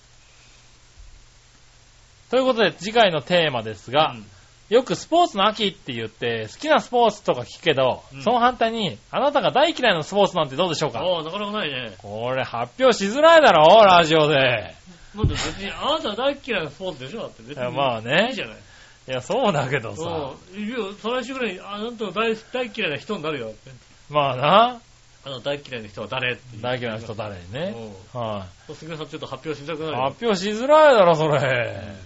ということで次回のテーマですが、うんよくスポーツの秋って言って好きなスポーツとか聞くけど、うんその反対にあなたが大嫌いなスポーツなんてどうでしょうかああ、なかなかないね。これ発表しづらいだろ、ラジオで。なんで別に、あなた大っ嫌いなスポーツでしょだって別いやに。まあねいいじゃない。いや、そうだけどさ。うん。いや、再来週ぐらいに、あなたの大大嫌いな人になるよだって。まあな、あの大嫌いな人は誰っていう大嫌いな人誰にね。うんはい、そう杉村さんちょっと発表しづらくなるよ。発表しづらいだろ、それ。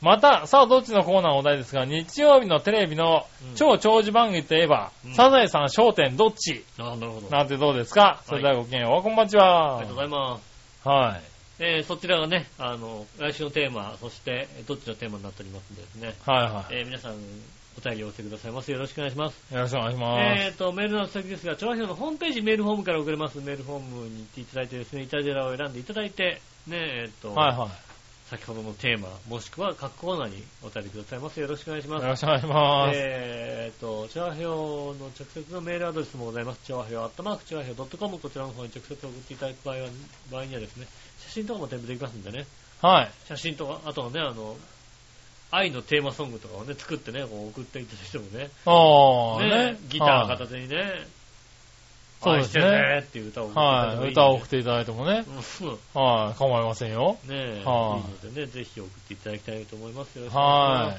また、さあ、どっちのコーナーのお題ですが、日曜日のテレビのうん超長寿番組といえば、うんサザエさん焦点どっちああ、なるほど。あなんてどうですかそれではごきげんよう、こんばんちは。りがとうございます。はい。えー、そちらがね、あの、来週のテーマ、そして、えーどっちのテーマになっておりますんでですね。はいはえー、皆さん、お便りを寄せてくださいます。よろしくお願いします。い。よろしくお願いします。えーと、メールの宛先ですが、調和表のホームページメールフォームから送れます。メールフォームに行っていただいてですね、イタジェラを選んでいただいて、ね、えーと、はいは先ほどのテーマ、もしくは各コーナーにお便りくださいます。よろしくお願いしまい。すよ。ろしくお願いします。えーと、チョアヘオの直接のメールアドレスもございます。チョアヘオアットマークチョアヘオ .com こちらの方に直接送っていただく場合は、場合にはですね、写真とかも添付できますんでね、はい。写真とか、あとはね、あの、愛のテーマソングとかをね、作ってね、こう送っていただいてもね、おーねね。ギター片はい手にね、そう愛でしすてねねっていう歌を送っていただいてはもいいい。ね歌を送っていただいてもね。うんはい。構いませんよ。ねえ、はいいいのでね、ぜひ送っていただきたいと思いますよ。。は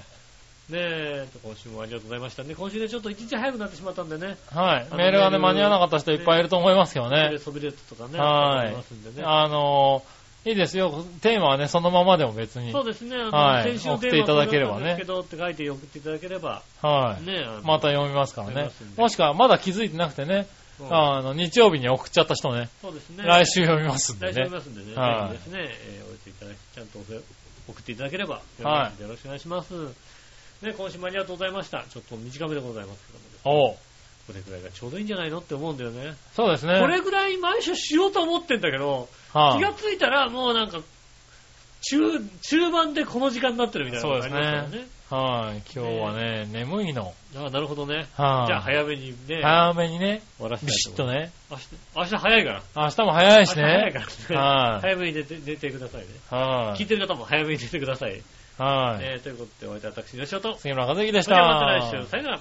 いねえ、今週もありがとうございましたね。今週ね、ちょっと一日早くなってしまったんでね、い。はいあ。のメールがね、メー間ルに合わなかった人いっぱいいると思いますけどねね、。ソビレットとかね、はいありますんでね。あのー、いいですよ。テーマはね、そのままでも別に。そうですね、あの、はい先週の送テってーいたマだければこんねな感じですけどって書いて送っていただければ、はい。ね、あのまた読みますから読みねますん。でもしくは、まだ気づいてなくてね、うんあの、日曜日に送っちゃった人ね、そうですね。来週読みますんで来週あねり。ますんでね、はいぜひですね、えー置いていただき、ちゃんとおせ送っていただければ、はよろしくお願いします。ね、今週もありがとうございました。ちょっと短めでございますけども、おうこれくらいがちょうどいいんじゃないのって思うんだよね。そうですね。これくらい毎週しようと思ってんだけど、は気いがついたらもうなんか、中、中盤でこの時間になってるみたいなのがありますからそうね。はい。今日はね、眠いの。ああなるほどね。はい。じゃあ早めにね、早めにね、終わらせビたいシッとと思いね。ます。明日、明日早いから。明日も早いし明日早いね。からはね。い早めに出て出てくださいね。は聞いい。てる方も早めに出てください。はい。えーということで、お相手は私、吉尾と。杉村和之でしそた。れではまた来週。さよなら。